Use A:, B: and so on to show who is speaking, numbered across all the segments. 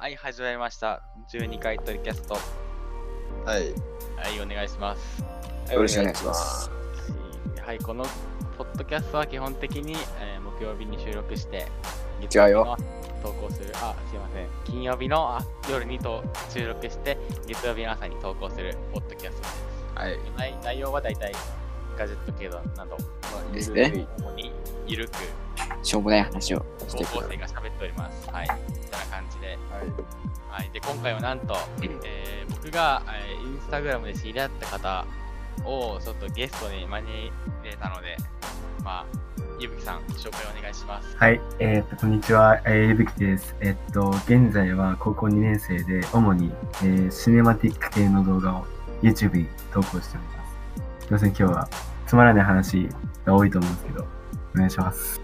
A: はい、始まりました。12回トリキャスト。は
B: はい。
A: い、お願いします。
B: よろしくお願いします。
A: はい、このポッドキャストは基本的に、えー木曜日に収録して、
B: 違う
A: 月曜
B: よ
A: 日の投稿する、あ、すいません。金曜日のあ夜にと収録して、月曜日の朝に投稿するポッドキャストです。
B: はい。
A: 内内容は大体ガジェット系など、まあ
C: ですね
A: ゆるく主にゆるく
C: しょうもない話をし
A: 高
C: ていく
A: 校生が喋っております。はい、みたいな感じで。
B: はい。
A: はい、で今回は なんと、えー僕が、えーインスタグラムで知り合った方をちょっとゲストに招いてたので、まあ、ゆぶきさん、紹介お願いします。
D: はい、えーっと、こんにちは、えー、ゆぶきです。えーっと、現在は高校2年生で、主に、えーシネマティック系の動画を YouTube に投稿しております。すいません、今日はつまらない話が多いと思うんですけど、お願いします。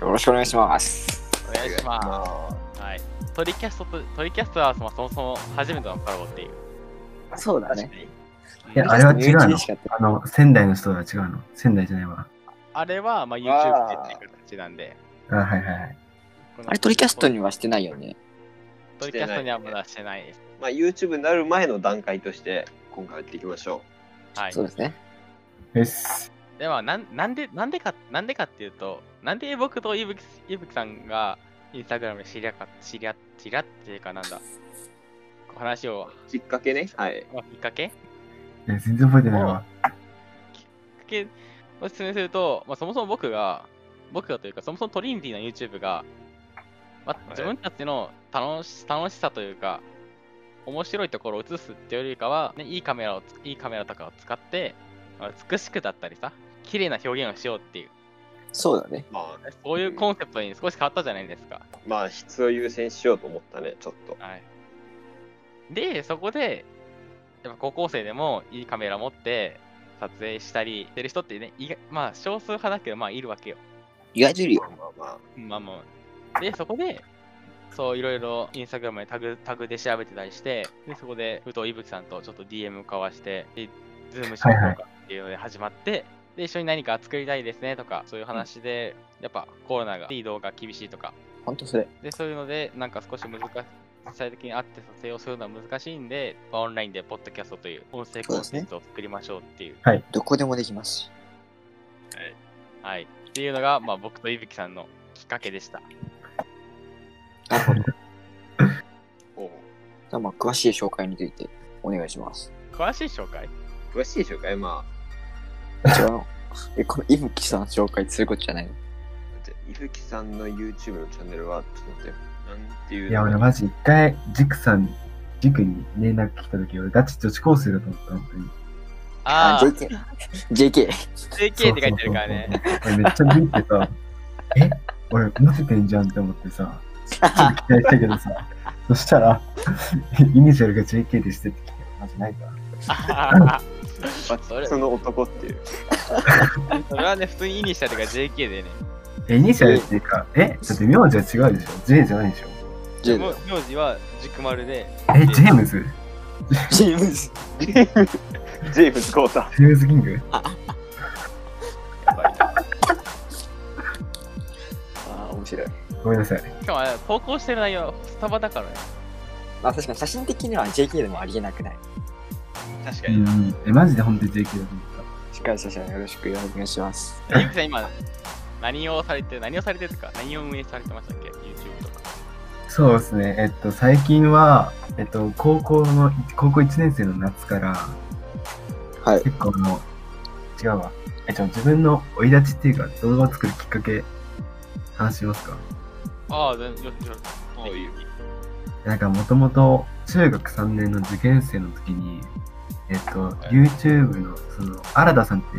C: よろしくお願いします。
A: お願いします。はい、トリキャストと、トリキャストはそもそもそも初めてのコラボっていう。
C: そうだね。
D: いや、
A: うん
D: あれは違う
C: 身内
D: の
C: にしかやってな
D: あの、仙台の人とは違うの仙台じゃないわ。
A: あれは、まあ、YouTube でっていう形なんで。
D: あ、はいはいはい。
A: この
C: あれ、トリキャストにはしてないよね。
A: トリキャストにはまだしてないです。
B: まあ YouTube になる前の段階として今回やっていきましょ
A: はい
C: そう。ですね。
D: です。
A: ではなんなんでなんでかなんでかっていうとなんで僕といぶきいぶきさんがインスタグラムで知り合か知り合知り合っていうかなんだこう話を
B: う。きっかけね。はい。
A: まあきっかけきっ
D: え全然覚えてないわ。
A: かけを説明すると、まあ、そもそも僕が僕がというかそもそもトリニティの YouTube が、まあ、自分たちの楽し楽しさというか面白いところを映すっていうよりかは、ね、いいカメラをついいカメラとかを使ってまあ美しくだったりさ綺麗な表現をしようっていう
C: そうだね。
B: まあ、
A: そういうコンセプトに少し変わったじゃないですか
B: まあ質を優先しようと思ったね、ちょっと。
A: はい、でそこでやっぱ高校生でもいいカメラ持って撮影したりしてる人ってね意外まあ少数派だけどまあいるわけよ
C: 意外といるよ。
B: まあまあま
A: まあもうでそこでそういろいろインスタグラムでタグタグで調べてたりしてでそこでふと伊吹さんとちょっと DM 交わしてでズームしましょうかっていうので始まって、で一緒に何か作りたいですねとかそういう話で、やっぱコロナがいい動画厳しいとか
C: ほんとそれ。
A: で、そういうので、なんか少し難し実際的に会って撮影をするのは難しいんで、まあオンラインでポッドキャストという音声コンテンツを作りましょうっていう、
C: どこでもできますし。
A: はい。っていうのが、まあ僕といぶきさんのきっかけでした。
C: なるほど。じ
B: あおう
C: ゃあまあ、詳しい紹介についてお願いします。
A: 詳しい紹介
B: 詳しいでしょうかねま
C: 違うの。 え、このいぶきさん紹介することじゃないの
B: あ。じゃあ伊吹さんの YouTube のチャンネルは、ちょっと待ってよ。なんていうの
D: いや、俺マジ一回、ジクさん、ジクに連絡来た時、俺ガチ女子高生だと思った、本当に。
A: ああ、
C: JK。JK。
A: JK って書いてるからね。
D: そうそうそうそう。俺めっちゃビビってさ、え俺モテてんじゃんって思ってさ、ちょっと期待したけ どさ、そしたら、イニシャルが JK でしてってきて、マジないから。
A: それ
B: その男っていう。
A: それはね、普通にイニシャルが JK でね。
D: え、イニシャルっていうか、えだって名字は違うでしょ ?J じゃないでしょ
C: J だ
A: も
C: よ
A: う名字は塾丸で、
D: え、ジェームズ
C: ジェームズ。
B: ジェームズ・コータ
D: ジェームズキング
C: ああ、面白い。
D: ごめんなさい。
A: しかもあれ投稿してる内容はスタバだからね。
C: まあ、確かに写真的には JK でもありえなくない。
A: 確か
D: う。ん、え、マジで本当に JK だと思っ
C: しっかりした写真よろしくお願いします。
A: いぶきさん、今、何をされて、何をされてるとか、何を運営されてましたっけ ?YouTube とか。
D: た。そうですね。えっと、最近は、えっと、高校の、高校1年生の夏から、
C: はい。
D: 結構もう、違うわ。え、ちょ、自分の生い立ちっていうか、動画を作るきっかけ、話しますか
A: ああ、全然、よしよし。
B: そういう
D: なんか、もともと、中学3年の受験生の時に、えっと、YouTube の、その、新田さんって、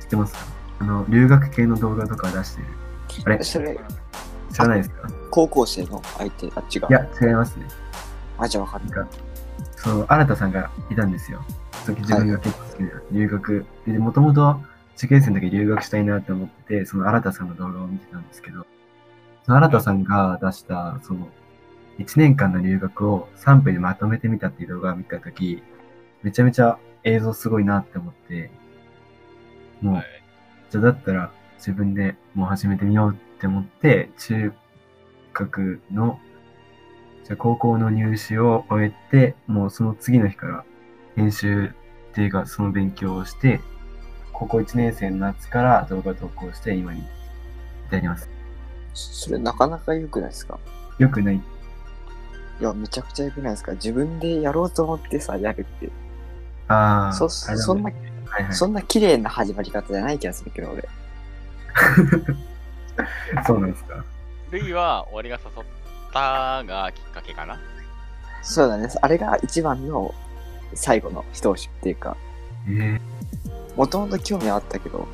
D: 知ってますかあの、留学系の動画とか出してる。あれ、知
C: それ、
D: らないですか
C: 高校生の相手、あっちが
D: い。や、違いますね。
C: あ、じゃあ分かんない。
D: その新田さんがいたんですよ。その時自分が結構好きな留学。で、もともと受験生の時留学したいなって思ってて、その新田さんの動画を見てたんですけど、その新田さんが出した、その、1年間の留学を3分にまとめてみたっていう動画を見た時、めちゃめちゃ映像すごいなって思って、もう、じゃあだったら自分でもう始めてみようって思って、中学のじゃあ高校の入試を終えて、もうその次の日から編集っていうかその勉強をして、高校1年生の夏から動画投稿して今に至ります。
C: それなかなか良くないですか
D: よくない。
C: いや、めちゃくちゃ良くないですか自分でやろうと思ってさ、やるって。
D: ああ、
C: そ、
D: あれだ
C: そんな
D: ね、はいはい、
C: そんな綺麗な始まり方じゃない気がするけど、俺。
D: そうなんですか。
A: ルイは俺が誘ったがきっかけかな。
C: そうだね。あれが一番の最後の一押しっていうか、
D: ええ
C: もともと興味はあったけど、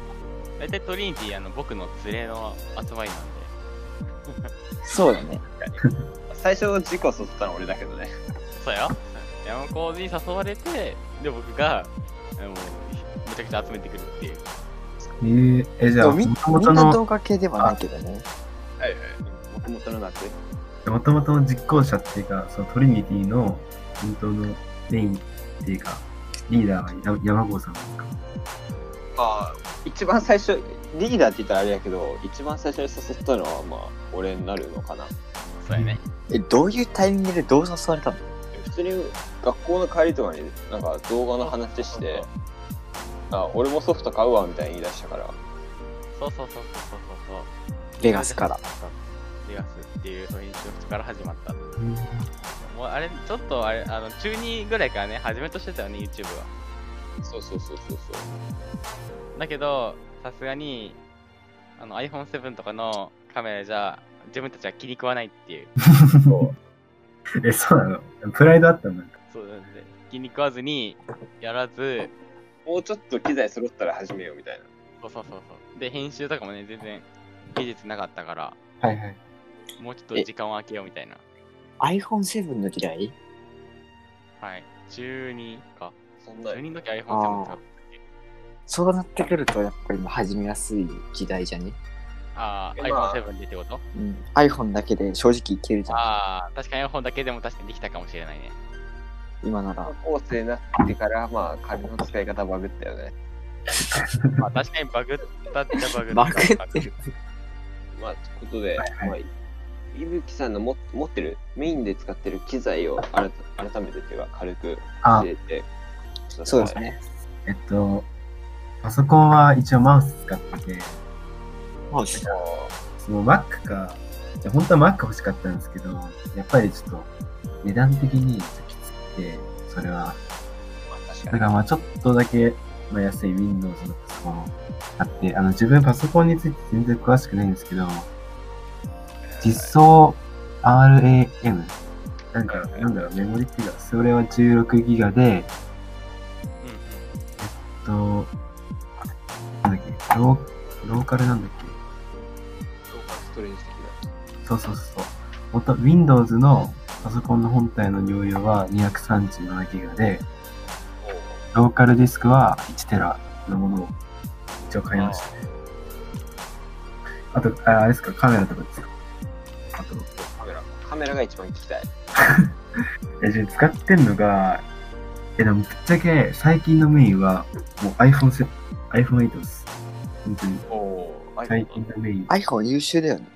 A: 大体トリニティあの僕の連れの集まりなんで。
C: そうだね。
B: 最初の事故を誘ったの俺だけどね。
A: そうよ。山高に誘われて、で、僕が、あのめちゃくちゃ集めてくるっていう。
D: えーえ、じ
C: で
D: ゃあ、
C: もみ
D: も
C: みん
D: ともと
C: な
D: の、
C: 動画系ではないけど
B: は
C: ね。
B: いはい。もともとの夏。
D: もともとの実行者っていうか、そのトリニティの本当のメインっていうか、リーダーはや山郷さんですか。
B: まあ、一番最初、リーダーって言ったらあれやけど、一番最初に誘ったのは、まあ、俺になるのかな。
A: そうやね。
C: え、どういうタイミングでどう誘われたの
B: 普通に学校の帰りとかに、なんか動画の話して、あ、俺もソフト買うわみたいに言い出したから。
A: そうそうそうそうそうそう。
C: ベガスから。。
A: レガスっていうそういうシフトから始まった。もうあれ、ちょっとあれ、あの中2ぐらいからね、始めとしてたよね、YouTube は。
B: そうそうそうそうそう。
A: だけど、さすがにあの iPhone7 とかのカメラじゃ、自分たちは気に食わないっていう。
D: え、そうなのプライドあったんだ。
A: そうなんで、気に食わずに、やらず、
B: もうちょっと機材揃ったら始めようみたいな。
A: そうそうそうそう。で、編集とかもね、全然技術なかったから、
D: はい はい。
A: もうちょっと時間を空けようみたいな。
C: iPhone7 の時代
A: はい。12か。
B: そんな
A: 12の時 iPhone7 使って
C: そうなってくると、やっぱり今始めやすい時代じゃね。
A: ああ、
B: まあ
A: iPhone7 でってこと
C: うん。iPhone だけで正直いけるじゃん。
A: ああ、確かに iPhone だけでも確かにできたかもしれ ないね。
C: 今なら。
B: 高校生になってから、まあ、紙の使い方バグったよね。
A: まあ確かにバグったっちゃバグった。
C: バグってる。
B: まあ、ということで、
D: はい
B: まあ、いぶきさんのも持ってる、メインで使ってる機材を改改めてというか、軽く
D: あ
B: 教、えてください。
C: そうですね。
D: えっと、パソコンは一応マウス使ってて、
C: もうすぐ
D: その Mac か、いや本当は Mac 欲しかったんですけど、やっぱりちょっと値段的にちょっときつくて、それは。
B: まあ確
D: だ
B: か
D: からまあちょっとだけ、まあ、安い Windows のパソコンを買って、あの自分パソコンについて全然詳しくないんですけど、実装 RAM、なんか、なんだろう、メモリっていうか、それは16ギガで、
A: うんうん。
D: えっと、なんだっけ、ローローカルなんだっけ、
B: ローカルストレージ的
D: そうそうそうそう。元 Windows のパソコンの本体の容量は237ギガで、ローカルディスクは1テラのものを一応買いましたね。あと、ああれですか、カメラとかですかあと、
B: な。カメラ。カメラが一番聞きたい。
D: えじゃあ使ってんのが、え、でもぶっちゃけ最近のメインはもう iPhone せ、iPhone8 です。本当に。
B: おお。
D: 最近のメイン。
C: iPhone 優秀だよね。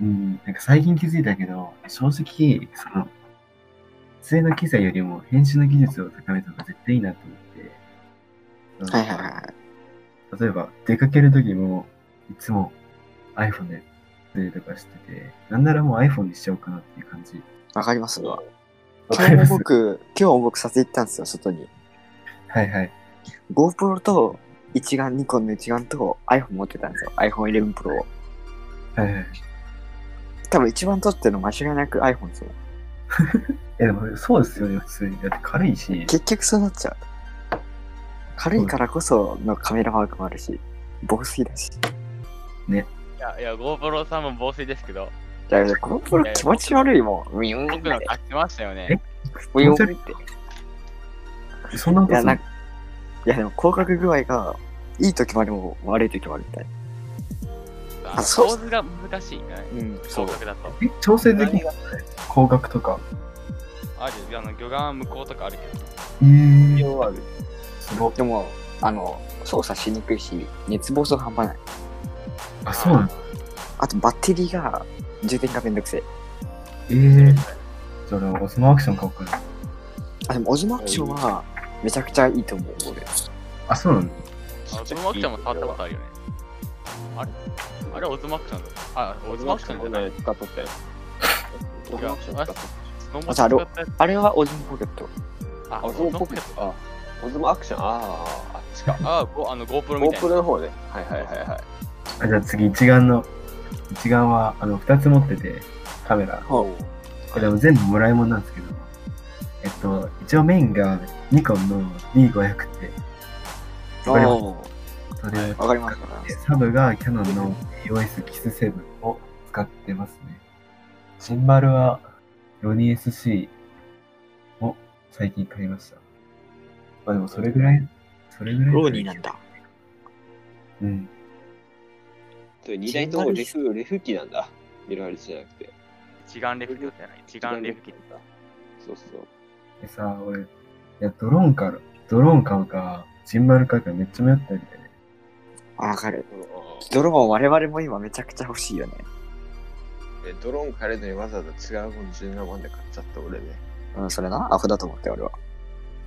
D: うん、なんか最近気づいたけど、正直、その、普通の機材よりも編集の技術を高めた方が絶対いいなと思って、その
C: はいはいはいはい。
D: 例えば出かける時も、いつも iPhone で撮ったりとかしてて、なんならもう iPhone にしちゃおうかなっていう感じ。
C: わかりますわ。
D: わ
C: 今
D: かりま
C: 日
D: す
C: 僕、今日僕撮影行ったんですよ、外に。
D: はいはい。
C: GoPro と一眼、ニコンの一眼と iPhone 持ってたんですよ。iPhone11 Pro を。
D: はいはい。
C: 多分一番撮ってるの間違いなく iPhone ですよ。
D: え、でもそうですよね、普通に。だって軽いし、
C: 結局そうなっちゃう。軽いからこそのカメラワークもあるし、防水だし。
A: いや、いや、GoPro さんも防水ですけど、
C: だから GoPro 気持ち悪いもん。ウィンウィンっ
A: 僕
C: て
A: の買ってましたよね。
D: え
C: ウィンウィンって。
D: そんなこ
C: い
D: と
C: や、な
D: なんい
C: か、いやでも広角具合がいい時もあるも悪い時もあるみたい。
A: あ
C: あそう
A: 構図が難しいよね。
C: うん、
A: 広。角だと。
D: え調整できる広角とか。
A: あるあの魚眼向こうとかあるけど。
D: えー、
B: 要はある。
D: すごい。
C: でも、あの、操作しにくいし、熱暴走半端ない。
D: あ、そうなんだ。
C: あとバッテリーが充電がめんどくせえ。
D: えー、と俺、オスモアクション買おうかな。
C: あ、でも、オズマアクションは、めちゃくちゃいいと思う、俺。
D: あ、そうなんだ。
A: あオズマアクションも触ったことあるよね。あれあれオズマアクションだ。あ、オズマアクションじゃない。
B: 使っとったよ。オズマアクション使っとったよ。
A: スノボ
C: あじゃああれ
A: 使ったやつ
C: あれはオズマポケット。
A: あ
B: あ、オズマポケット。あ、オズマアクション。あーあ、あっちか。
A: あ、ゴあの GoPro みたい
B: GoPro
A: な。
B: の方ね。はいはいはいはい。
D: あ、じゃあ次、一眼の、一眼は、あの、二つ持ってて、カメラ。
C: は
D: これでも全部もらい物なんですけど、えっと、一応メインが、ニコンの D500 って、
C: ああ、わ
D: それを
C: かります。
D: でサブがキャノンの EOS KISS7 を使ってますね。シンバルはロニー SC を最近買いました。まあでもそれぐらい、それぐらい。
C: ローニーなんだ。
D: うん。
B: それ二台ともレフ、レフ機なんだ。ミラーレスじゃなくて。
A: 一眼レフ機だったよね。一眼レフ機。
B: だ。そうそう。
D: でさ、俺、いや、ドローンから、ドローン買うか、シンバル買うかめっちゃ迷ったみたいね。
C: あわかる。
B: あー
C: ドローン我々も今めちゃくちゃ欲しいよね。
B: えドローン借りるのにわざわざ違うもん17万で買っちゃった俺ね。
C: うん、それな、アホだと思って俺は。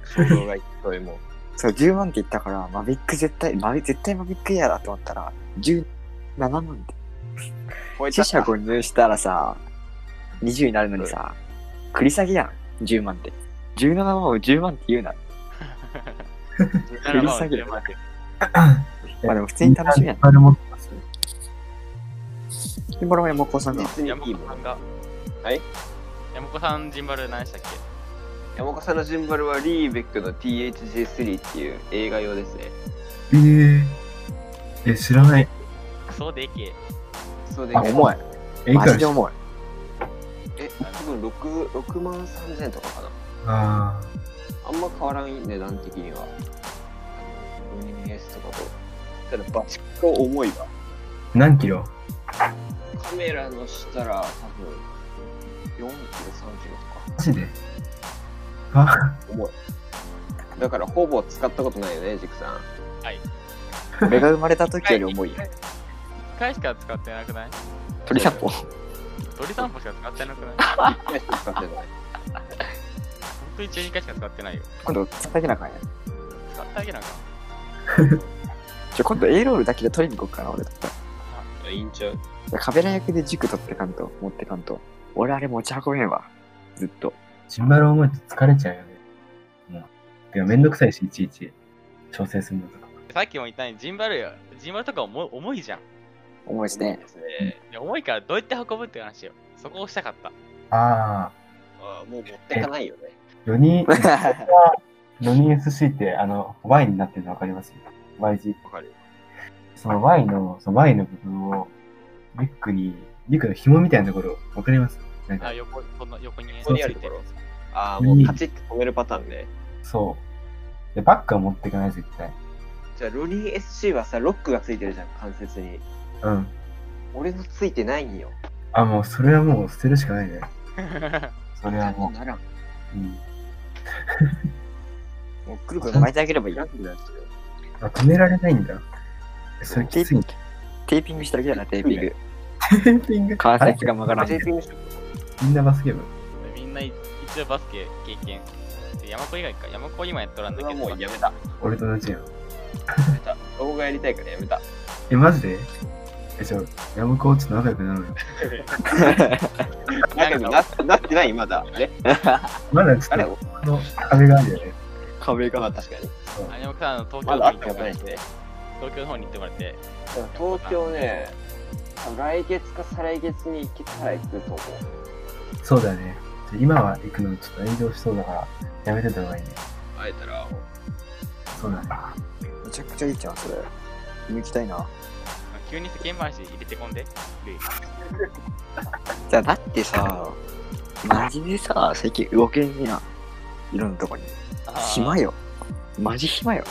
B: 衝動買いそういうもん。
C: そう、10万って言ったから、マビック絶対、マビ絶対マビックイヤーだと思ったら、17万って。
B: 超えちゃ
C: 四
B: っ
C: 捨
B: た。
C: 五入したらさ、20になるのにさ、繰り下げやん、10万って。17万を10万って言うな。
A: 7万
C: 下げる
A: 10万って
C: まあでも 普通に楽しみやん
D: シン。バル持ってます。
C: で、もろもろもこさんが。
B: 実にい
A: 山
B: い
A: 子
B: も
A: さん
B: ん。
A: が。
B: はい
A: 山子さん、ジンバル何でしたっけ
B: 山岡さんのジンバルはリーベックの THG3 っていう映画用ですね。
D: えー、え、知らない。
A: クソでけえ。
B: そうで
C: あ、重い。
D: え、いく
C: マ
D: らでし
C: ジで
D: ょ
C: 重い。
B: え、多分6、6万3000円とかかな。
D: あ
B: あんま変わらん値段的には。VNS とかと。ただバチッと重いわ。
D: ー何キロ
B: カメラのしたら多分4キロ、3キロ
D: マジであ
B: とか。重い。だからほぼ使ったことないよね、ジクさん。
C: 俺が生まれた時より重いよ。
A: 1回しか使ってなくない
C: 鳥散歩。
A: 鳥散歩しか使ってなくない
B: 一回しか使ってない。
A: 本当に12回しか使ってないよ。
C: 今度、使ってあげなあかんやん。
A: 使ってあげなあかん。
C: ちょ、今度 A ロールだけで取りに行こうかな、俺だったら
B: あいいんちゃう
C: いや。カメラ役で軸取ってかんと、持ってかんと。俺あれ持ち運べんわ。ずっと。
D: シンバル重いと疲れちゃうよね。もう。てかめんどくさいし、いちいち調整するのとか。
A: さっきも言ったように、ジンバルよ。ジンバルとか重い重いじゃん。
C: 重いしね。
A: でで重いからどうやって運ぶって話よ。そこをしたかった。
D: ああ。
B: あもう持ってかないよね。
D: 4人、 ロニー SC って、あの、Y になってるのわかります ?Y 字。
B: わかる。
D: その Y の、その Y の部分を、リュックに、リュックの紐みたいなところ、わかりますなんか
A: あ、、横この横に
B: ここにあるところ。ああ、もうカチッと止めるパターンね。
D: そう。で、バッグは持っていかない、絶対。
B: じゃあ、ロニー SC はさ、ロックがついてるじゃん、関節に。
D: うん。
B: 俺のついてないんよ。
D: あ、もう、それはもう捨てるしかないね。
A: つ
D: それはも
B: ならん。
D: う。うん。
B: もうくるくる
C: 巻いてあげればいい
B: ラ。ンクだ
D: あ、止められないんだ。それき
C: テー
D: つ
C: ピン
D: い
C: グ。。テーピングしただけだな、テーピング。
D: テーピング
C: 関節が曲が
B: からら。
C: ん。
B: テーピングしと
D: みんなバスケ部。
A: て。 みんな一応バスケ経験。で山子以外か。山子今やっとらんだけど。
B: 俺はもうやめた。
D: 俺と同じやん。
B: やめた。動画やりたいからやめた。
D: え、マジでえ、じゃあ、ヤムコーチと仲良くなろうよ。
B: だけどな、なってない、まだ。ね。
D: まだち
B: あ
D: ょ
B: れ
D: っと、この壁があるよね。
C: 壁
B: まあ
C: が。
B: 確かに。
A: あ山子さん、あの東京
B: ま
A: の方
B: だ会っ
A: に
B: たことないしね。
A: 東京の方に行ってもらって。
B: でも東京ね、多分来月か再来月に行けたら行くと思う。
D: そうだよね。じゃあ今は行くのちょっと炎上しそうだから、やめてた方がいいね。
B: 会えたら、
D: そうだね。
C: めちゃくちゃいいじゃん、それ。抜きたいな。
A: 急に世間話入れてこんで。ルイ
C: じゃあ、だってさ、マジでさ、最近動けんねえな。いろんなとこに。暇よ。マジ暇よ。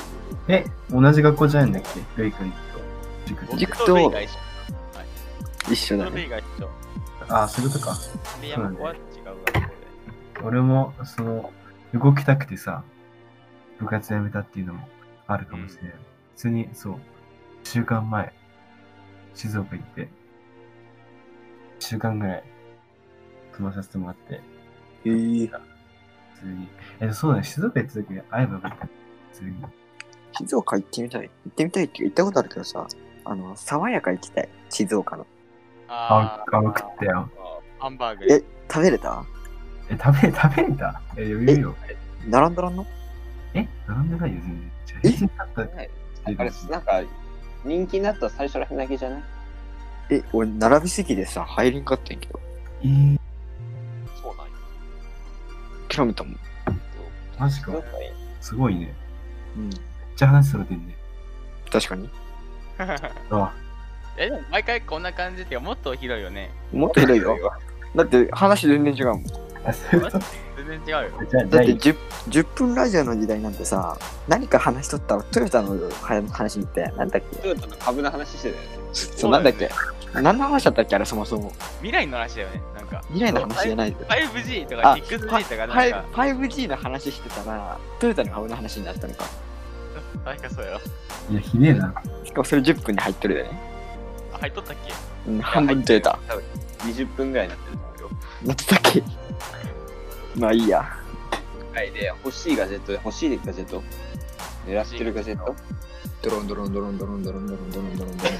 D: え、同じ学校じゃないんだっけルイ君と。塾
A: 僕
D: と。
C: 塾
A: ルイ
C: と
A: が一緒。
C: 一緒だ
A: 僕とル
C: ね。
A: イが一緒。
D: あ、そういうことか。
A: で、山子は違う学校で。
D: 俺も、その、動きたくてさ、部活やめたっていうのもあるかもしれない。普通に、そう、1週間前、静岡行って、1週間ぐらい、泊まさせてもらって、
C: へえ。
D: 普通に。え、そうだね、静岡行った時会えばよかった。普通に。
C: 静岡行ってみたい。行ってみたいっていうか行ったことあるけどさ、あの、爽やか行きたい。静岡の。
D: あ、あ食ったよ。
A: ハンバーグ。
C: え、食べれた
D: え、食べ、食べれたえ、余裕よ。
C: 並んだらんの
D: え、並んでないよ、全然。じゃあ、
C: え
D: 平日だったら
B: あれ、なんか、人気になった最初らへんだけじゃない
C: え、俺、並びすぎでさ、入りんかったんやけど。
D: えー、
B: そうなんや。
C: キロメートルも。
D: マジか
B: なん。かいい
D: すごいね。めっ
C: うん。
D: ちゃ話それてんね。
C: 確かに。
D: あ、
A: え、でも毎回こんな感じっていうかもっと広いよね。
C: もっと広いよ。だって、話全然違うもん。
D: あ そういうこと
A: 全然違うよ。
D: じゃあ、じ
C: だ
D: ゃ
C: っ
D: あ
C: て 10, 10分ラジオの時代なんてさ、何か話しとったらトヨタの話みたいな、なんだっ
B: ト
C: け
B: ヨタの株の話してたよね。
C: そう、なんだっけ何の話だったっけあれそもそも。
A: 未来の話だよね。なんか。
C: 未来の話じゃないよ。
A: 5G と
C: あ
A: か 6G とかなんか。
C: 5G の話してたら、トヨタの株の話になったのか。
A: なんかそうやろ。
D: いや、ひねえな。
C: しかもそれ10分に入ってるよね。
A: あ入っとったっけ
C: うん、半分トヨタ。
B: 多分20分ぐらいになってると思うよ。
C: なってたっけまあいいや。
B: はい、で、欲しいガジェットで、欲しいガジェット狙ってるガジェット
C: ドロンドロンドロンドロンドロンドロンドロンドロンドロン。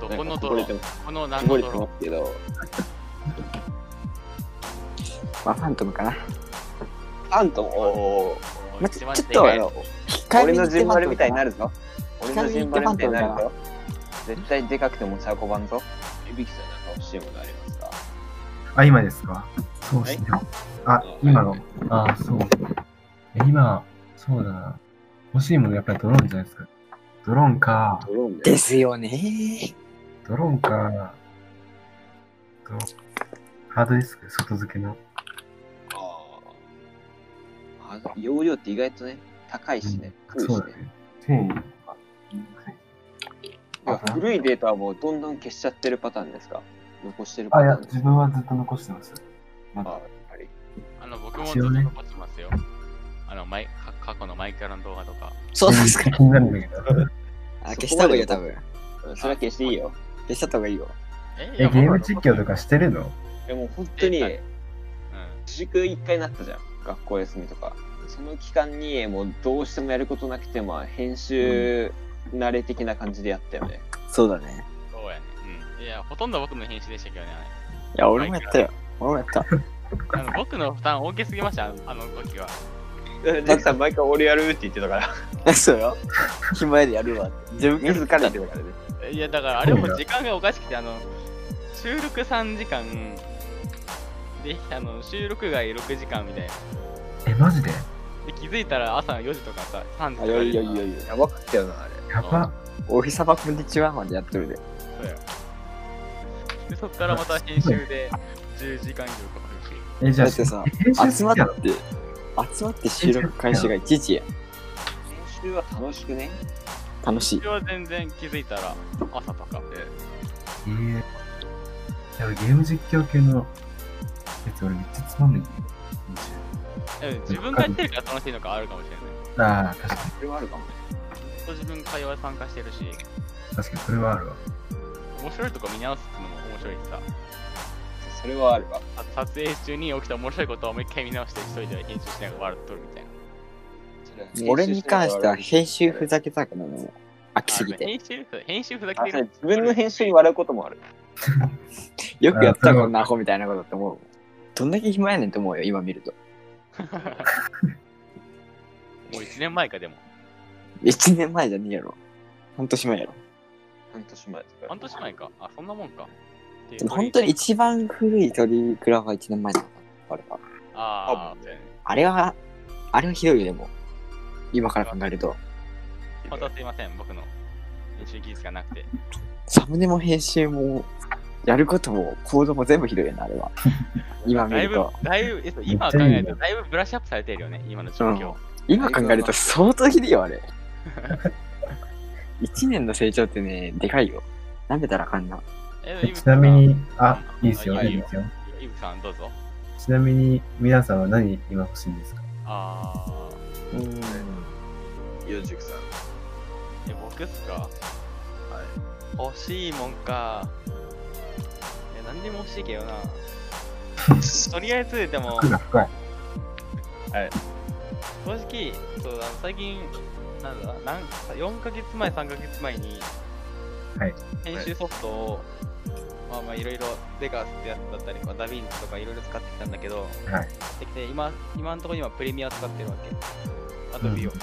A: どこ
B: な
A: の
B: んか
A: ド
B: こぼ
A: ロ
B: れ
A: ー
B: て
A: ン
B: ます
A: この
B: こ
A: 何の
B: ぼれて
A: ド
B: ま
A: ロ
B: すけど、
C: まあファントムかな。
B: ファントム、おー
A: ーン
C: まあちょっ
A: 一番で
C: と
A: か
C: あ
A: いや
C: の、
B: 俺のジンバルみたいにな
C: る。
B: るぞ。俺
C: 光
B: の
C: に
B: ジ
C: 行
B: ン
C: っ
B: バ
C: て
B: ル
C: ファ
B: みた
C: ン
B: いにな
C: トムかな
B: るぞ。絶対でかくて持ち運ばんぞ。ゆびきさんなんか欲しいものありますか
D: あ、今ですかそうですね。あ、今の。あ、そう。え、今、そうだな。欲しいものやっぱりドローンじゃないですか。ドローンか、
B: ドローンで。
C: ですよね。
D: ドローンか、ドローンハードディスク、外付けの。
B: あーあ。容量って意外とね、高いしね、
D: うん
B: 古い
D: そう
B: し
D: だ
B: ね。
D: ね。1000円。
B: あ
D: そうだね
B: 古いデータはもうどんどん消しちゃってるパターンですか残してるパ
D: あ、い
B: ター
D: や、
B: ンです
D: 自分はずっと残してます。ま
B: かあ
D: だ
B: やっぱり
A: あの、僕もずっ
D: 一
A: と
D: 応ね
A: 残ってますよ。あの、前か過去のマイクラの動画とか。
C: そうですか。
D: 気になるんだけど。
C: あ消した方がいいよ、多分。
B: うんそれは消していいよ。
C: 消しちゃった方がいいよ。
A: え
D: え、ゲーム実況とかしてるの
B: でも本当に
A: えはい
B: 自粛一回なったじゃん。学校休みとか。その期間にもうどうしてもやることなくて、まあ編集慣れ的な感じでやったよね。
C: そうだね。
A: うん、そうやね。うん。いや、ほとんど僕の編集でしたけどね。
C: いや、俺もやったよ。俺もやった。
A: あの僕の負担大きすぎました、あのあの時は。
B: ジ ャックさん毎回俺やるって言ってたから。
C: そうよ。暇やでやるわって。自分
B: 自ら言ってたからね。
A: いや、だからあれも時間がおかしくて、あの、収録3時間、で、あの、収録外6時間みたいな。
D: え、マジで
A: で、気づいたら朝4時とかさ、3時と
C: あ、
A: か。
C: よいよいよいよ。
B: やばかったよな、あれ。
D: やば。
C: お日様こんにちはまでやってるで。
A: そうや。で、そっからまた編集で10時間以上かかるし。
D: え、じゃ
C: だ
D: あ、
C: ってさ、
D: 編集
C: 集
D: す
C: ま
D: る
C: っ
D: やろ
C: て、集まって収録開始が1時や。
B: 編集は楽しくね。
C: 楽しい
A: そ。れは全然気づいたら朝とかで。
D: えー、でもゲーム実況系のやつ俺めっちゃつまんないんだけ
A: え自分がやってるから楽しいのかあるかもしれない。
D: ど。ああ、確か
B: それはあるかもね。
A: ずっと自分会話参加してるし、
D: に、確かに、それはあるわ。
A: 面白いとこ見直すっていうのも面白いしさ。
B: それはあるわ。
A: あと撮影中に起きた面白いことをもう一回見直して一人で編集しながら笑っとるみたいな。
C: 俺に関しては編集ふざけたくなるの。飽きすぎ
A: あ
C: て。
A: 編集ふ編集ふざけ
B: あ
A: て
B: そう
A: る。
B: 自分の編集に笑うこともある。
C: よくや
D: あ
C: った
D: そう
C: こんなアホみたいなことって思うもん。どんだけ暇やねんと思うよ、今見ると。
A: もう1年前かでも。
C: 1年前じゃねえやろ。半年前やろ。
B: 半年前とか。
A: 半年前か。あ、そんなもんか。っていう
C: でも本当に。一番古い鳥クラブは1年前だった。あれは。
A: ああ、
C: あれは、あれはひどいよ、でも。今から考えると。
A: またすいません、僕の編集技術がなくて。
C: サムネも編集も、やることも、行動も全部ひどいよね、あれ は。今見
A: だい
C: る
A: ぶ
C: と。、
A: だいぶ、えそう今は考えると、だいぶブラッシュアップされてるよね、今の状況。
C: 今考えると相当ひどいよ、あれ。1年の成長ってね、でかいよ。舐めたらあかんな。
A: え
D: えちなみに、あ、
A: うん
D: いいですよ、
A: あ
D: い
A: いい
D: い
A: よ
D: ですよ。
A: イブさん、どうぞ。
D: ちなみに、皆さんは何今欲しいんですか
A: ああ、
C: うん。
B: 四十さん。
A: え、僕っすか欲しいもんか。いや、何でも欲しいけどな。とりあえず、でも、
D: 服が深い。
A: 正直、そうあの最近、なんだ、なん4ヶ月前、3ヶ月前に、
D: はい
A: 編集ソフトを、まあまあいろいろ、レガースってやつだったり、まあ、ダヴィンチとかいろいろ使ってきたんだけど、
D: はい
A: できて今、今のところ今、プレミア使ってるわけ。アドビを。で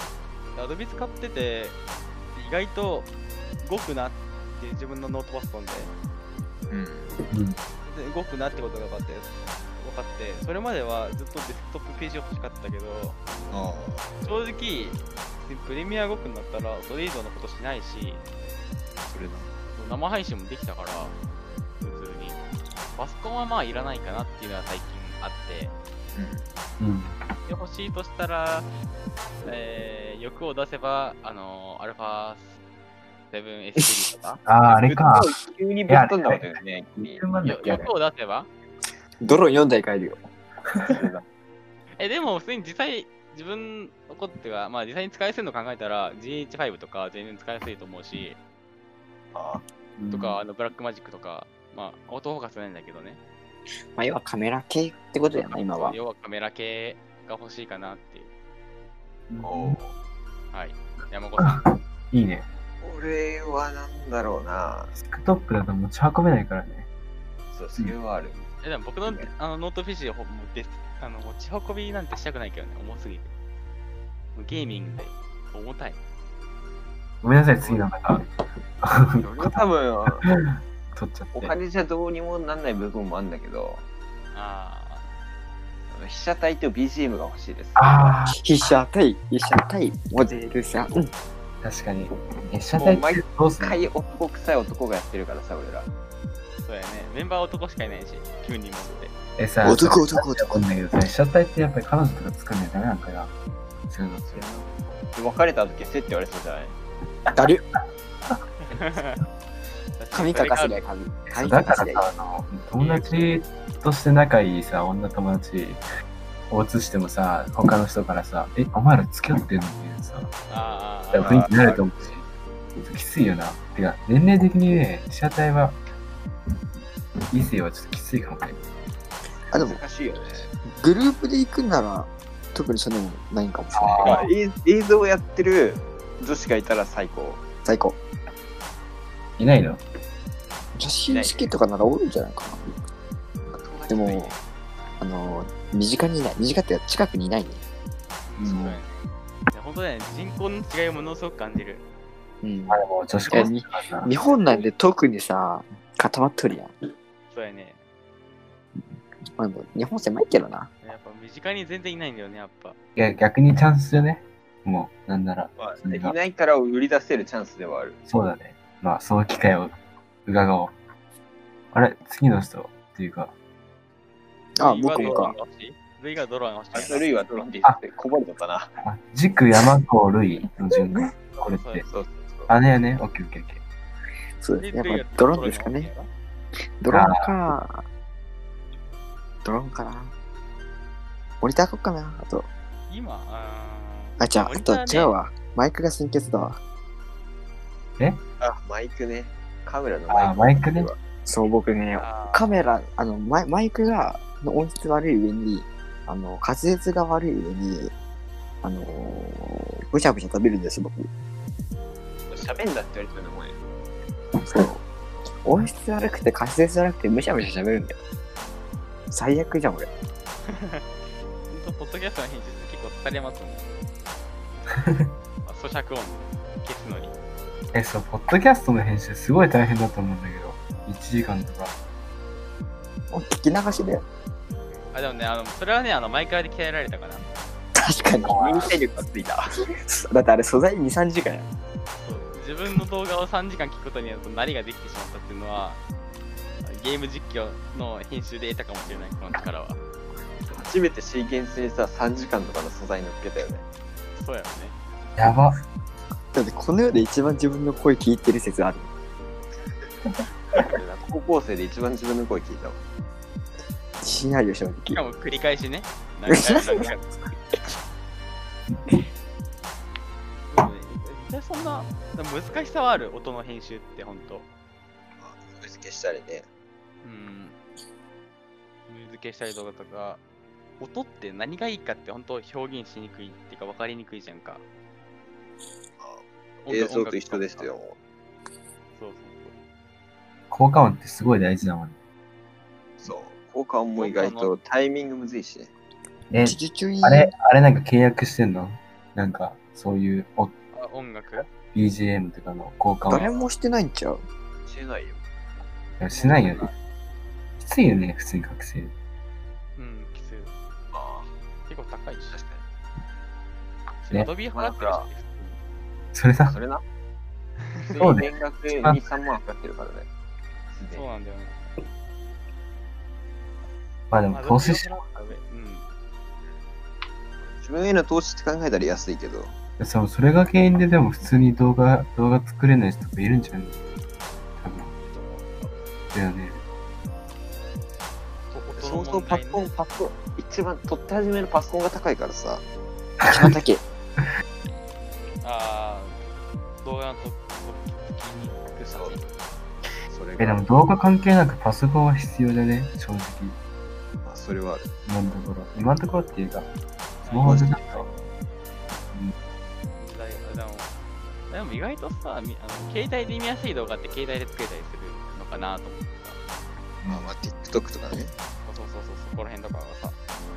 A: アドビ使ってて、意外と動くなって、自分のノートパソコンで。
B: うん。
D: うん。
A: で動くなってことが分かって分かってそれまではずっとデスクトップ PC 欲しかったけど
B: あ
A: 正直プレミア動くんだったらそれ以上のことしないし
B: あ、それな。
A: 生配信もできたから普通にパソコンはまあいらないかなっていうのは最近あって
D: うん。
A: で欲しいとしたら、えー欲を出せばあのアルファ 7S3 とか
D: ああ、あれか。。
B: 急にぶっ飛んだことよね。
D: 10万だっけあれ
A: 欲を出せば
C: ドローン4台買えるよ。
A: え、でも、普通に実際、自分のことっていうか、まあ実際に使いやすいの考えたら、GH5 とか全然使いやすいと思うし、
B: あ
A: とか、あの、ブラックマジックとか、まあ、オートフォーカスないんだけどね。
C: まあ、要はカメラ系ってことやな、今は。
A: 要はカメラ系が欲しいかなっていう。
B: お
A: はい。山子さん。
D: いいね。
B: 俺はなんだろうな。
D: デスクトップだと持ち運べないからね。
B: そう、それはある。
A: え、でも僕のあのノート PC ほもうであの持ち運びなんてしたくないけどね、重すぎて。もうゲーミングで重たい。
D: ごめんなさい、次の方。
B: 俺は多分、
D: 取っちゃって。
B: お金じゃどうにもなんない部分もあるんだけど、
A: あ
B: あの被写体と BGM が欲しいです。
D: あ
C: 被写体、被写体、モデルさん。うん
D: あ、確かに。え、被写体ってどうす
B: 一
D: る
B: 回男臭い男がやってるからさ、俺ら。
A: あ、そうやね。メンバー男しかいないし、9人もって。
D: え、さ、
C: 男男
D: こ
C: 男
D: んだけどさ、被写体ってやっぱり彼女とか作んないとダメなんかな。そういうのって。
B: 別れた時、せって言われそうじゃない
C: 誰
A: 髪
C: 髪
A: かか
C: かか
A: せ
C: せ
A: な
C: り
A: い
C: ゃ髪。髪
D: だ
C: か
D: か
C: からせ
D: さ
C: りゃいい。
D: あの、友達として仲いいさ、女友達を映してもさ、他の人からさ、え、お前ら付き合ってんのっていうさ、
A: あーあー、
D: 雰囲気になると思うし、きついよな。てか、年齢的にね、被写体は、異性はちょっときついかもね。
C: あ、でも、
B: しいよね。
C: グループで行くんなら、特にそんなのないんかもしれない。
B: まあ映映像をやってる女子がいたら最高。
C: 最高。
D: いないの
C: 写真好きとかなら多いんじゃないかな。でも、あの、身近にいない。身近っていうか近くにいないね。
A: そうだよね。いや本当だよね、人口の違いをものすごく感じる。
C: うん
D: あ、。でも女子高生だから
C: 日
D: な。
C: 本なんで特にさ、固まっとるやん。
A: そうやね。
C: まあ、でも日本狭いけどな。
A: やっぱ身近に全然いないんだよね、やっぱ。
D: いや、逆にチャンスじゃねもう、なんなら。
B: ま
D: う
B: あ、
D: ん
B: いないからを売り出せるチャンスではある。
D: そうだね。まあ、その機会を伺おう。あれ、次の人っていうか、
C: あ、
A: ルイは
C: 僕も
A: ドローン
C: か。
A: が欲しい。ルイがドローンが欲しい。
B: ルイはドロンディってこぼれちゃったな。
D: あ、軸山子類の順番。これって。
B: そうそうそう。
D: あれやね。オッケーオッケーオッケー。
C: そうで
A: ルイ
C: す
A: ル
C: ね。
A: イ
C: や
A: が
C: っぱドローンですかね。ドローンか。ドローンかな。モニター買おうかな。あと、
A: 今、あ
C: あ、じゃあ、あと違う
A: わ。
C: わ。マイクが先決だわ。
B: あ、マイクね。カメラの
D: あ、マイクね。
C: そう、僕ね、カメラ、あの、マイマイクが、の音質悪い上に、あの、滑舌が悪い上に、あのー、ぐちゃぐちゃ食べるんですよ、僕。
B: 喋んだって言われてるのもんや
C: そう。音質悪くて滑舌悪くてむしゃむしゃ喋るんだよ。最悪じゃん、俺。
A: 本当ポッドキャストの編集って結構疲れますもん。 あ咀嚼音消すのに。
D: え、そう、ポッドキャストの編集すごい大変だと思うんだけど、1時間とか。
C: もう聞き流しだよ。
A: あ、でもね、あのそれはね、あの毎回で鍛えられたかな。
C: 確かに。
B: 忍耐力がついた。
C: だってあれ素材2、3時間や。
A: そう自分の動画を3時間聞くことによって何ができてしまったっていうのは、ゲーム実況の編集で得たかもしれない、この力は。
B: 初めてシーケンスにさ、3時間とかの素材乗っけたよね。
A: そうやろね。
D: やば。
C: だってこの世で一番自分の声聞いてる説ある。
B: 高校生で一番自分の声聞いたわ。
C: 自信あるよ、正
A: しか
C: 直。
A: も繰り返しね。何回も何回もでそんな難しさはある音の編集って本当。
B: 消したりね。
A: うん。理付けしたりとかとか、音って何がいいかって本当表現しにくいっていうか分かりにくいじゃんか。音楽
B: 映像と一緒です。よ。
A: そうそう
D: 効果音ってすごい大事だもんね。
B: そう。効果音も意外とタイミングむずいしね。
D: え、
C: チュチュチュイーン
D: あれ、あれなんか契約してんのなんか、そういうお
A: そうあ。音楽
D: BGM とかの効果
C: 誰
D: 音
C: もしてないんちゃう
B: してないよ。
D: いやしないよね。きついよね、普通に学生。
A: うん、きつい。
B: ま
A: 結構高いし
B: あ、。確か
D: ね
A: アドビー払ってるし。
D: それ
B: に。
D: さ、
B: それな。
D: そうね
B: 年額2、3万かかってるからね。
A: そうなんだよね。
D: まあで
A: ア
D: も
A: ドビ
D: 投資し
A: ーを払った上うん。
B: 自分への投資って考えたら安いけど。
D: そうそれが原因ででも普通に動画、動画作れない人がいるんじゃない多分。だよね。
B: そもそもパソコン、パソコン、一番取って始めのパソコンが高いからさ。
C: 一 番だけ。
A: ああ、動画のときにくさね。
B: それ
D: え、で
B: が、
D: も動画関係なくパソコンは必要だね、正直。
B: まあ、それはある。
D: 今のところ。今のところっていうか、スマホ
A: はい
D: じゃな
A: 時
D: くて。
A: 代でも、でも意外とさ、みあの携帯で見やすい動画って携帯で作れたりするのかなと思ってさ。
B: まあまあ、TikTok とかね。
A: そうそうそうそう、そこら辺とかはさ、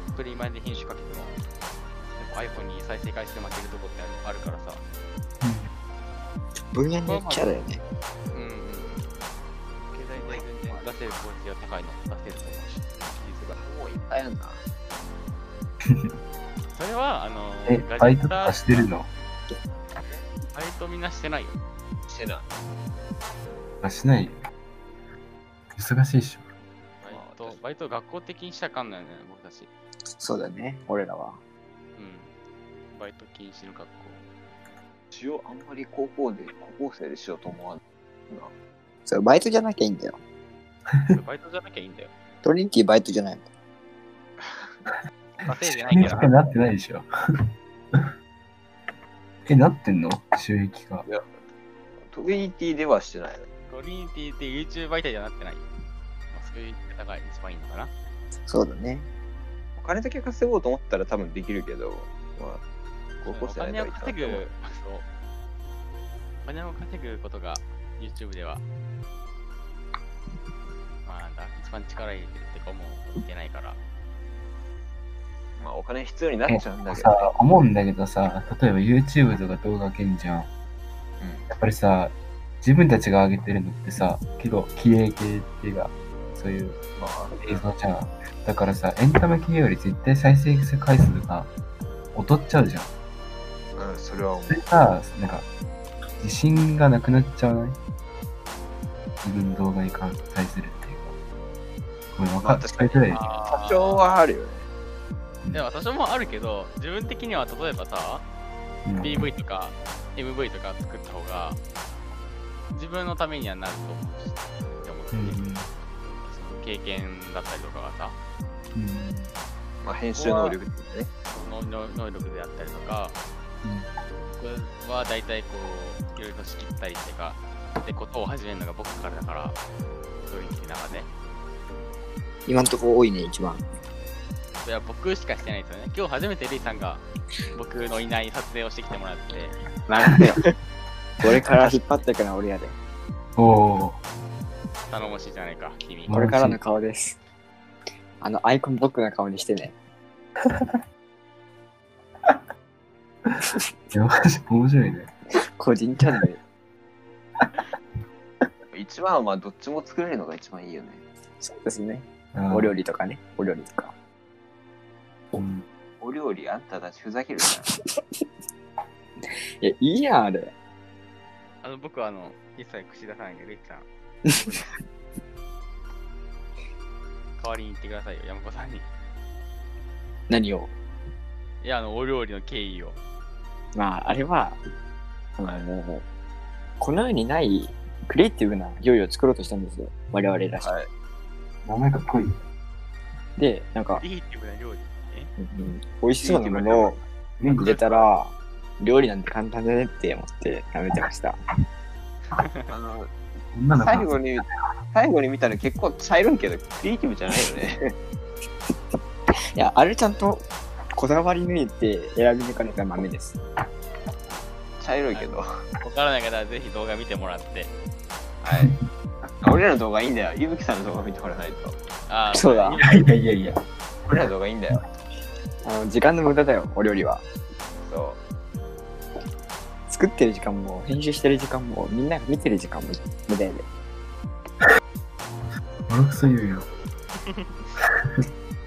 A: ストリーマイで編集かけても、やっぱ iPhone に再生回数負けるとこってあるあるからさ。
C: 分野によっちゃだよね。
A: うんうんうん。携帯で全然出せるクオリティが高いの出せると思うし、技術が。
B: もういっぱいあるな。
A: それは、あのガ
D: え、
A: ジェッ
D: バイトと
A: ター
D: かしてるの
A: バイトみんなしてないよ。
B: してない。
D: あ、しないよ。忙しいっしょ。
A: バイト、バイト学校的にしちゃあかんないよね、僕たち。
C: そうだね、俺らは。
A: うん。バイト禁止の学校。
B: しよう、あんまり高校で、高校生でしようと思わんな。
C: そう、バイトじゃなきゃいいんだよ。
A: それバイトじゃなきゃいいんだよ。
C: トリニティバイトじゃないもん。
A: 稼いでな
D: 収
A: い
D: 益
A: か
D: 化
A: ら。
D: なってないでしょ。 え、なってんの収益化。
B: トリニティではしてない。
A: トリニティって YouTube 媒体じゃなってないよ。まあ、そういう方が一番いいのかな。
C: そうだね。
B: お金だけ稼ごうと思ったら多分できるけど、まあ、高校
A: お
B: 生
A: 金を稼ぐ、
B: い
A: そ
B: か
A: う。お金を稼ぐことが YouTube では、まあなんだ、一番力入れてるってかもう、てないから。
B: まあ、お金必要になっちゃうんだけど、ね
D: さ、思うんだけどさ、例えば YouTube とか動画けんじゃん。やっぱりさ、自分たちが上げてるのってさ、結構、綺麗系っていうか、そういう
B: まあ、
D: 映像じゃん。だからさ、エンタメ系より絶対再生回数が劣っちゃうじゃん。
B: うん、それは思う
D: そ。れさ、なんか、自信がなくなっちゃわない自分の動画に関対するっていうか。ごめん、わ
B: ま
D: か
B: あ
D: っ
B: 確かに
D: 伝えてない
A: 多
B: 多少はあるよね。
A: でも多少もあるけど、自分的には例えばさ、
D: うん
A: PV とか MV とか作った方が、自分のためにはなると思うし、って思って
D: う
A: る、そ
D: ん
A: の経験だったりとかがさ、
D: うん
B: まあ、編集能力っていうね。
A: 能能能力であったりとか、
D: うん
A: 僕は大体こう、いろいろ仕切ったりっていうか、で、ことを始めるのが僕からだから、そういうなんかね、
C: 今んとこ多いね、一番。
A: それは僕しかしてないですよね。今日初めてリーさんが僕のいない撮影をしてきてもらって、
C: なんだよ。これから引っ張ってくのは俺やで。
D: おお、
A: 頼もしいじゃないか、君。
D: うん
C: これからの顔です。あの、アイコン僕の顔にしてね。
D: いやマジ面白いね。
C: 個人チャンネ ル。
B: 一番はまあ、どっちも作れるのが一番いいよね。
C: そうですね。
D: あー
C: お料理とかね。お料理とか。
D: うん
B: お料理、あんたたちふざけるじ
C: いや、いいやん、あれ。
A: あの、僕はあの、一切口出さないんで、レイ さん。代わりに言ってくださいよ、山子さんに。
C: 何を
A: いや、あの、お料理の経緯を。
C: まあ、あれは、あの、この世にないクリエイティブな料理を作ろうとしたんですよ。我々らし く。
B: ゃん。はい。
D: 名前かっこいい。
C: で、なんか
A: ク、リエイティブな料理。え
C: うん美味しそうなものを
D: 元気
C: 入れたら、料理なんて簡単だねって思ってやめてました。
B: あの、
D: 女の 子
B: 最後に、最後に見たら結構茶色いけど、クリエイティブじゃないよね。
C: いや、あれちゃんとこだわり抜いて選び抜かれた豆です。
B: 茶色いけど。
A: わからない方はぜひ動画見てもらって。
B: はい。俺らの動画いいんだよ。ゆぶきさんの動画見てもらわないと。
A: あー
C: そうだ。
D: いやいやいや。
B: 俺らの動画いいんだよ。
C: あの時間の無駄だよ、お料理は。
B: そ
C: 作ってる時間も、編集してる時間も、みんなが見てる時間も無駄やで。
D: ボロクソ言うよ。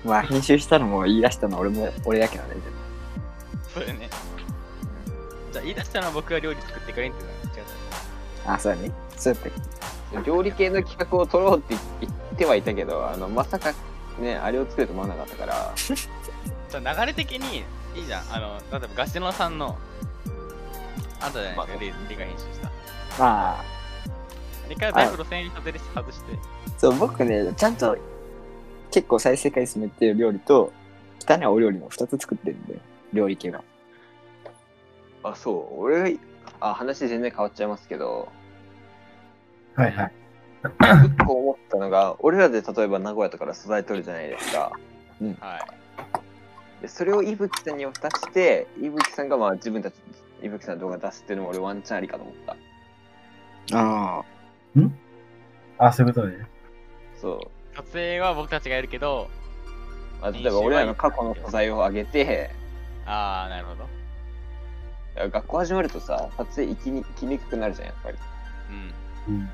C: まあ、編集したのも言い出したのは俺も、 俺だけどね。
A: そうよね。じゃあ言い出したのは僕が料理作ってくれんってなっちゃう。
C: あ、そうだね。そうやって。
B: う。料理系の企画を撮ろうって言ってはいたけど、あの、まさか、ね、あれを作ると思わなかったから、
A: じゃあ流れ的にいいじゃん。あの、例えばガシノさんの、あんたじゃないですか、理理科編集した。
C: まあ、
A: 理科はだいぶ路線に外れて外して。
C: そう、僕ね、ちゃんと結構再生回数めってる料理と、汚いお料理も2つ作ってるんで、料理系は。
B: あ、そう、俺、あ、話全然変わっちゃいますけど、
D: はいはい。
B: 一個思ったのが、俺らで例えば名古屋とかから素材取るじゃないですか。
A: はい。
B: でそれを伊吹さんに渡して、伊吹さんがまあ自分たち、伊吹さんの動画出すっていうのも俺ワンチャンありかと思った。
C: あ
D: あ、そういうことね。
B: そう。
A: 撮影は僕たちがやるけど、
B: まあ、例えば俺らの過去の素材を上げて、
A: あー、なるほど。
B: 学校始まるとさ、撮影行きに行きにくくなるじゃん、やっぱり。
A: うん。
D: うん。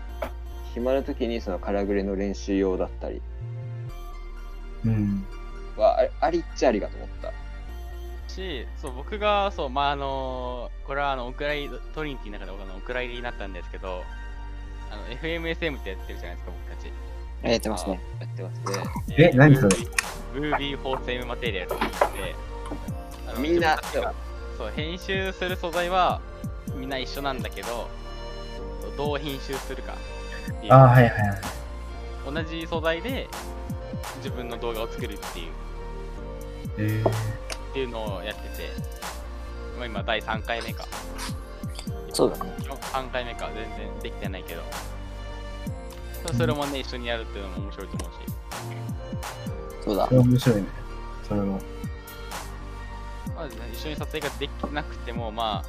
B: 暇な時にその空振りの練習用だったり
D: うん。
B: は、ありありっちゃありかと思った。
A: し、そう、僕が、そう、まあ、あのこれはあの、オクライ、トリニティの中で僕のお蔵入りになったんですけど、あの、FMSM ってやってるじゃないですか、僕たち。
C: あ。やってますね。
B: やってますね。
D: え何それ
A: ブービーフォーセムマテリアルって言ってあの
B: みんな
A: 自分たちがそう編集する素材はみんな一緒なんだけどどう編集するかっていう
D: あはいはいはい。
A: 同じ素材で自分の動画を作るっていう
D: え
A: っていうのをやってて、まあ、今第3回目か
C: そうだね。
A: 3回目か全然できてないけどそれもね一緒にやるっていうのも面白いと思うし、
C: そうだ
D: ー、。面白いね。それも。
A: まあ、一緒に撮影ができなくても、まあ、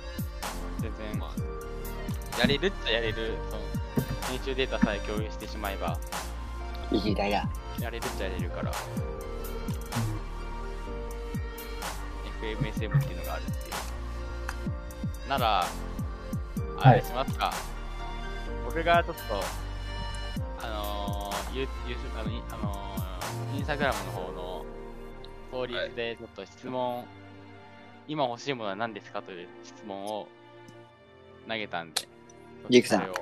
A: 全然、やれるっちゃやれる、その編集データさえ共有してしまえば、
C: いい時代だ。
A: やれるっちゃやれるから、FMSM っていうのがあるっていう。なら、あれしますか、僕がちょっと、あのー、ゆゆあのいあのー、インスタグラムの方のストーリーズでちょっと質問、今欲しいものは何ですかという質問を投げたんで。
C: リュウキさん
A: それを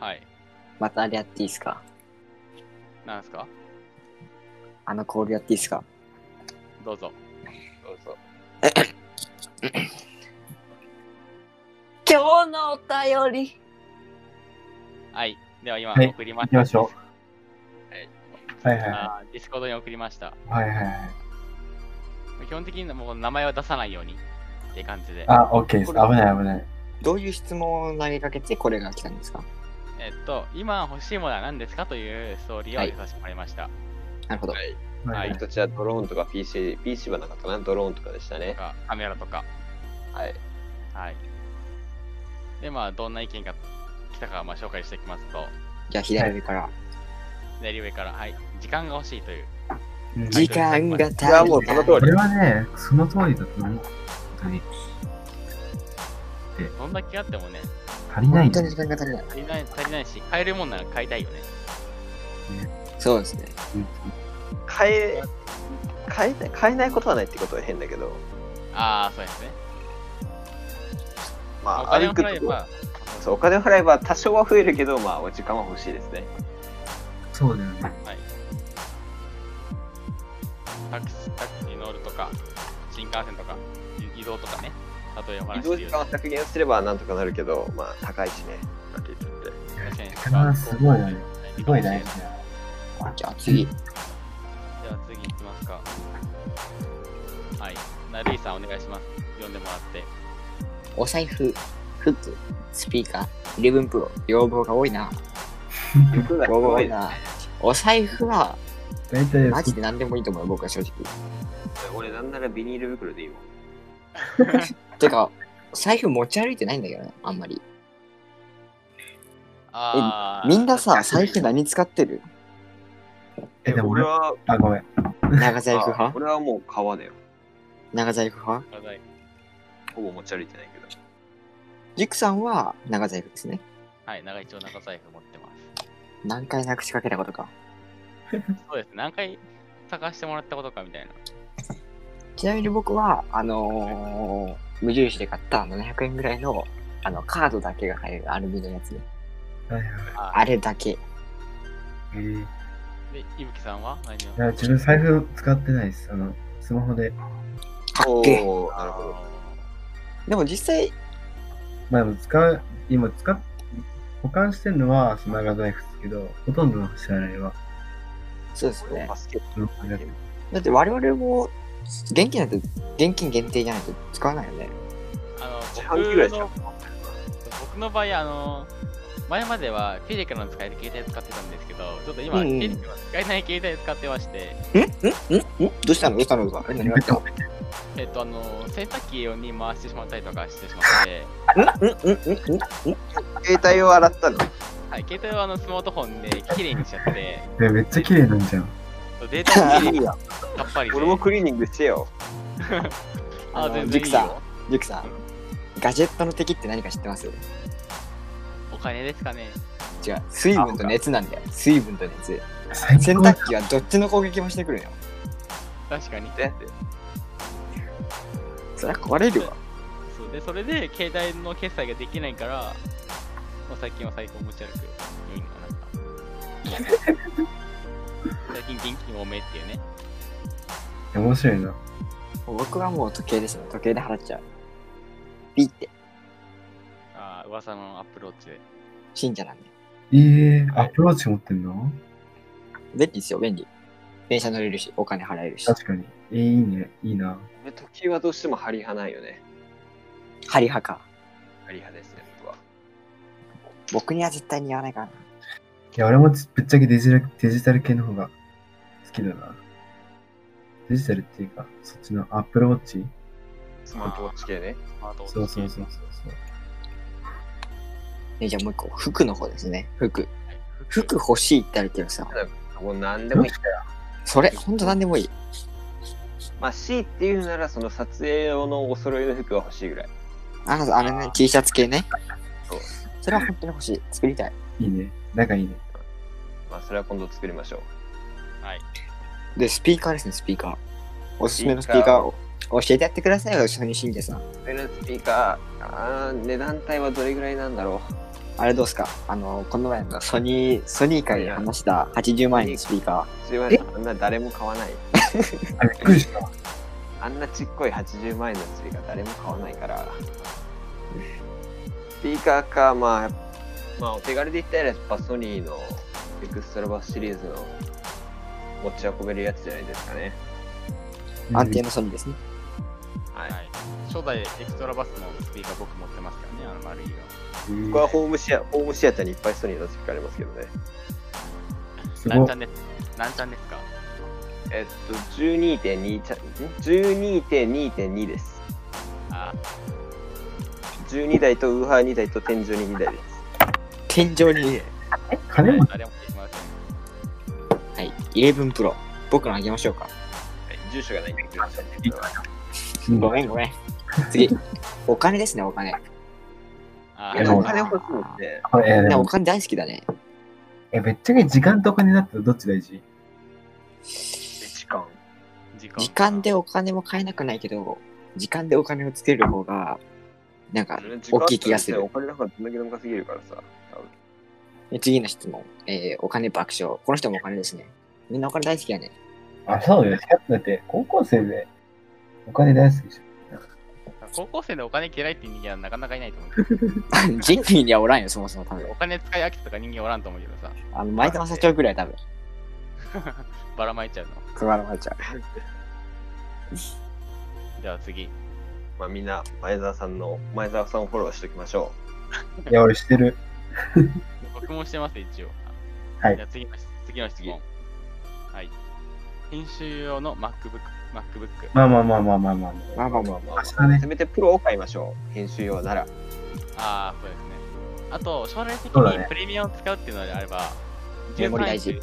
A: はい。
C: またあれやっていいですか
A: なんですか
C: あのコールやっていいですか
A: どうぞ。
B: そうそう。
E: 今日のお便り。
A: はい。では今
D: はい
A: 送りま
D: 行
A: し
D: き
A: た。
D: ましょう。はいはいは
A: あーディスコードに送りました。
D: い。はいはいはい。
A: 基本的にもう名前は出さないようにって感じで。
D: あ、OK です。危ない危ない。
C: どういう質問を投げかけてこれが来たんですか
A: えっと、今欲しいものは何ですかというストーリーを
C: はい
A: 出させてもらいました。
C: なるほど。
A: は
D: はいい
B: 僕。たちはドローンとか PC、PC はなかったかな、ドローンとかでしたね。
A: がカメラとか。
B: はい。
A: はい。で、まあ、どんな意見が来たか、まあ、紹介していきますと、
C: じゃあ左上から。
A: 左上から、はい、時間が欲しいという。
D: うん
C: 時間が足り
B: いや、もうその
D: こ
B: 通り
D: れ。はね、その通りだと思う。本当に。
A: どんだけあってもね、
D: 足りない
C: 本
D: んだ
C: 当に時間が足りない。
A: 足りない、足りないし、買えるもんなら買いたいよね。
C: そうですね。
B: 変え、変えない、変えないことはないってことは変だけど、
A: ああ、そうですね。
B: ま
A: まあお
B: あ、
A: 金を
B: 歩く
A: 払えば、
B: そう、お金を払えば多少は増えるけど、まあ、お時間は欲しいですね。
D: そうだよね。
A: はい。タクシー、タクシーに乗るとか、新幹線とか、い移動とかね、例えばお
B: 移
A: 話
B: 動
A: で言
B: 時
A: う
B: 間
A: と
B: を削減すればなんとかなるけど、まあ、高いしね。なんて言っ
A: 確
B: たって。
A: かに
D: 時間はすごいよね。すごい大事だよ。
C: じゃあ次。
A: では次行きますか。はい。なるいさんお願いします。読んでもらって。
C: お財布、フック、スピーカー、11 Pro。要望が多いな。
B: 服が
C: 要望が多
B: 多
C: い
B: いな。
C: な。お財布は
D: 大体、
C: マジで何でもいいと思うよ、僕は正直。
B: 俺なんならビニール袋でいいもん。
C: てか、財布持ち歩いてないんだけどね、あんまり。
A: あー
C: みんなさ、
B: 確かに
C: 財布何使ってる
D: え、でも俺、
B: は、
D: あ、ごめん。
C: 長財布
B: あ
C: 派
B: 俺はもう革だよ。
C: 長財布派
A: あない
B: ほぼ持ち歩いてないけど。
C: ジクさんは長財布ですね。
A: はい、長い長長財布持ってます。
C: 何回なくしかけたことか。
A: そうです。何回探してもらったことかみたいな。
C: ちなみに僕は、あのー、無印で買った700円ぐらいの、あの、カードだけが入るアルミのやつね。
D: はいはい。
A: あ
C: あれだけ。
D: えー、い
A: で、いぶきさんは何を
D: や自分財布使ってないです。あの、スマホで。
C: かっけえ。
B: ーなるほど。
C: でも実際、
D: まあでも使う、今使っ、保管してるのはその長財布ですけど、ほとんどの支払いは、
C: そうです
B: 俺も
C: ね
B: バ。スケット
D: スマホで
C: だって我々も、現金なんて、現金限定じゃないと使わないよね。
A: あの
B: 自販機ぐらい
A: 僕
B: しか
A: の僕の場合、あの、前まではフィジカルの使える携帯使ってたんですけど、ちょっと今、
C: うん
A: フ
C: うん
A: ィジカルは使えない携帯使ってまして、
C: んんんんどうしたのどうしたのどうしたの何があったの
A: えっと、あの、洗濯機に回してしまったりとかしてしまって、
C: んんんんん
B: 携帯を洗ったの。
A: はい、携帯はあのスマートフォンで綺麗にしちゃって、
D: えめっちゃ綺麗なんじゃん。
A: データも
B: いいや。
A: さっぱりで。
B: 俺もクリーニングしてよ。
A: あ、
C: あの
A: 全
C: ジ
A: 然
C: ク
A: いい
C: さん
A: よ。
C: ジュクさん、ガジェットの敵って何か知ってます違う、
A: お金ですかね。
C: 水分と熱なんだよ。水分と熱。
D: 最
C: 洗
D: 高
C: 濯機はどっちの攻撃もしてくるよ。
A: 確かに。
B: で
C: そりゃ壊れるわ。
A: そうで、それで携帯の決済ができないから、もう最近は財布を持ち歩くようにはなった。最近現金多めっていうね。
D: 面白いな。
C: 僕はもう時計ですね。時計で払っちゃう。ピッて、
A: あー噂のアップローチで。
C: 信者なんで。
D: えー、アプローチ持ってんの
C: 便利ですよ、便利。電車乗れるし、お金払えるし。
D: 確かに。えー、いいね。いいな。
B: 俺時計はどうしてもハリ派ないよね。
C: ハリ派か。
B: ハリ派ですね、僕は。
C: 僕には絶対に言わないからな。
D: いや、俺もつぶっちゃけデジラデジタル系の方が好きだな。デジタルっていうか、そっちのアップルウォッチ
B: スマートウォッチ系ね。
A: スマートウォッチ
D: そうそうそうそうそう。
C: えじゃあもう一個、服の方ですね。服。
A: はい
C: 服欲しいって言われてるさ。
B: もう何でもいい。
C: それ、ほんと何でもいい。
B: まあ C っていうならその撮影用のお揃いの服が欲しいぐらい。
C: あの、あれね、T シャツ系ね
B: そう。
C: それは本当に欲しい。作りたい。
D: いいね。仲いいね。
B: まあそれは今度作りましょう。
C: で、スピーカーですね、スピーカー。おすすめのスピーカーを教えてやってくださいよ、ソニーシンジさん。
B: これのスピーカー、あー値段帯はどれぐらいなんだろ
C: あれどうすかあの、この前のソニー、ソニー会で話した80万円のスピーカ
B: う。10万円あんな誰も買わない。
D: あ、びっくりした。
B: あんなちっこい80万円のスピーカー誰も買わないから。スピーカーか、まあ、まあお手軽で言ったらやっぱソニーのエクストラバスシリーズの持ち運べるやつじゃないですかね。
C: ー。安定のソニーですね。
B: はい。
A: はい。初代エクストラバスのスピーカー僕持ってますからね、あの丸い
D: うん
B: 僕はホームシア、ホームシアターにいっぱいソニーのスピーカーありますけどね。
D: す
A: が。なん
D: ご
A: ちゃ
D: い。
A: んです。なんちゃんですか
B: えっと、12.2ちゃ、ん ?12.2.2 です。
A: あ
B: 12台とウーハー2台と天井に2台です。
C: 天井に、
A: ー、
D: 金も
A: 誰も言いません。
C: はい、11 Pro。僕のあげましょうか。
B: 住所がないんでくれましたね。
C: ごめんごめん。次。 お金ですね、お金。
A: あー
B: いや
D: でも
B: お金欲しいもんね。
D: これえーで
C: ね、お
D: も
C: 金大好きだね。
D: え、ぶっちゃけ時間とお金だったらどっち大事
B: 時間。
A: 時間
C: 時間でお金も買えなくないけど、時間でお金をつける方が、なんか、大きい気がする
B: お。金なんかどんだけでも稼げるからさ。多分
C: で次の質問、えーお金爆笑。この人もお金ですね。みんなお金大好きやね。
D: あ、そうよ。だって、高校生でお金大好きでしょ。
A: 高校生でお金嫌いっていう人間はなかなかいないと思うけ
C: 人類にはおらん よ、そもそも多
A: ど。
C: 分。
A: お金使い飽きたとか人間おらんと思うけどさ、
C: あの、前田正長ぐらい多分。
A: ばらまいちゃうの。
C: 熊野ちゃん。
A: じゃあ次。
B: まあみんな、前澤さんの、前澤さんをフォローしておきましょ
D: いや、俺してる。
A: 僕もしてます、一応。
D: はい
A: じゃあ次の質次の質問。ははい。編集用の MacBook。MacBook。
D: まあまあまあまあまあまあ。
C: まあまあまあ
B: まあまあ
D: 明日ね
B: せ、めてプロを買いましょう。編集用なら。
A: ああ、そうですね。あと、将来的
D: そうだね
A: にプレミアムを使うっていうのであれば、
C: メモリ
A: 13イ
C: 大
A: ンチ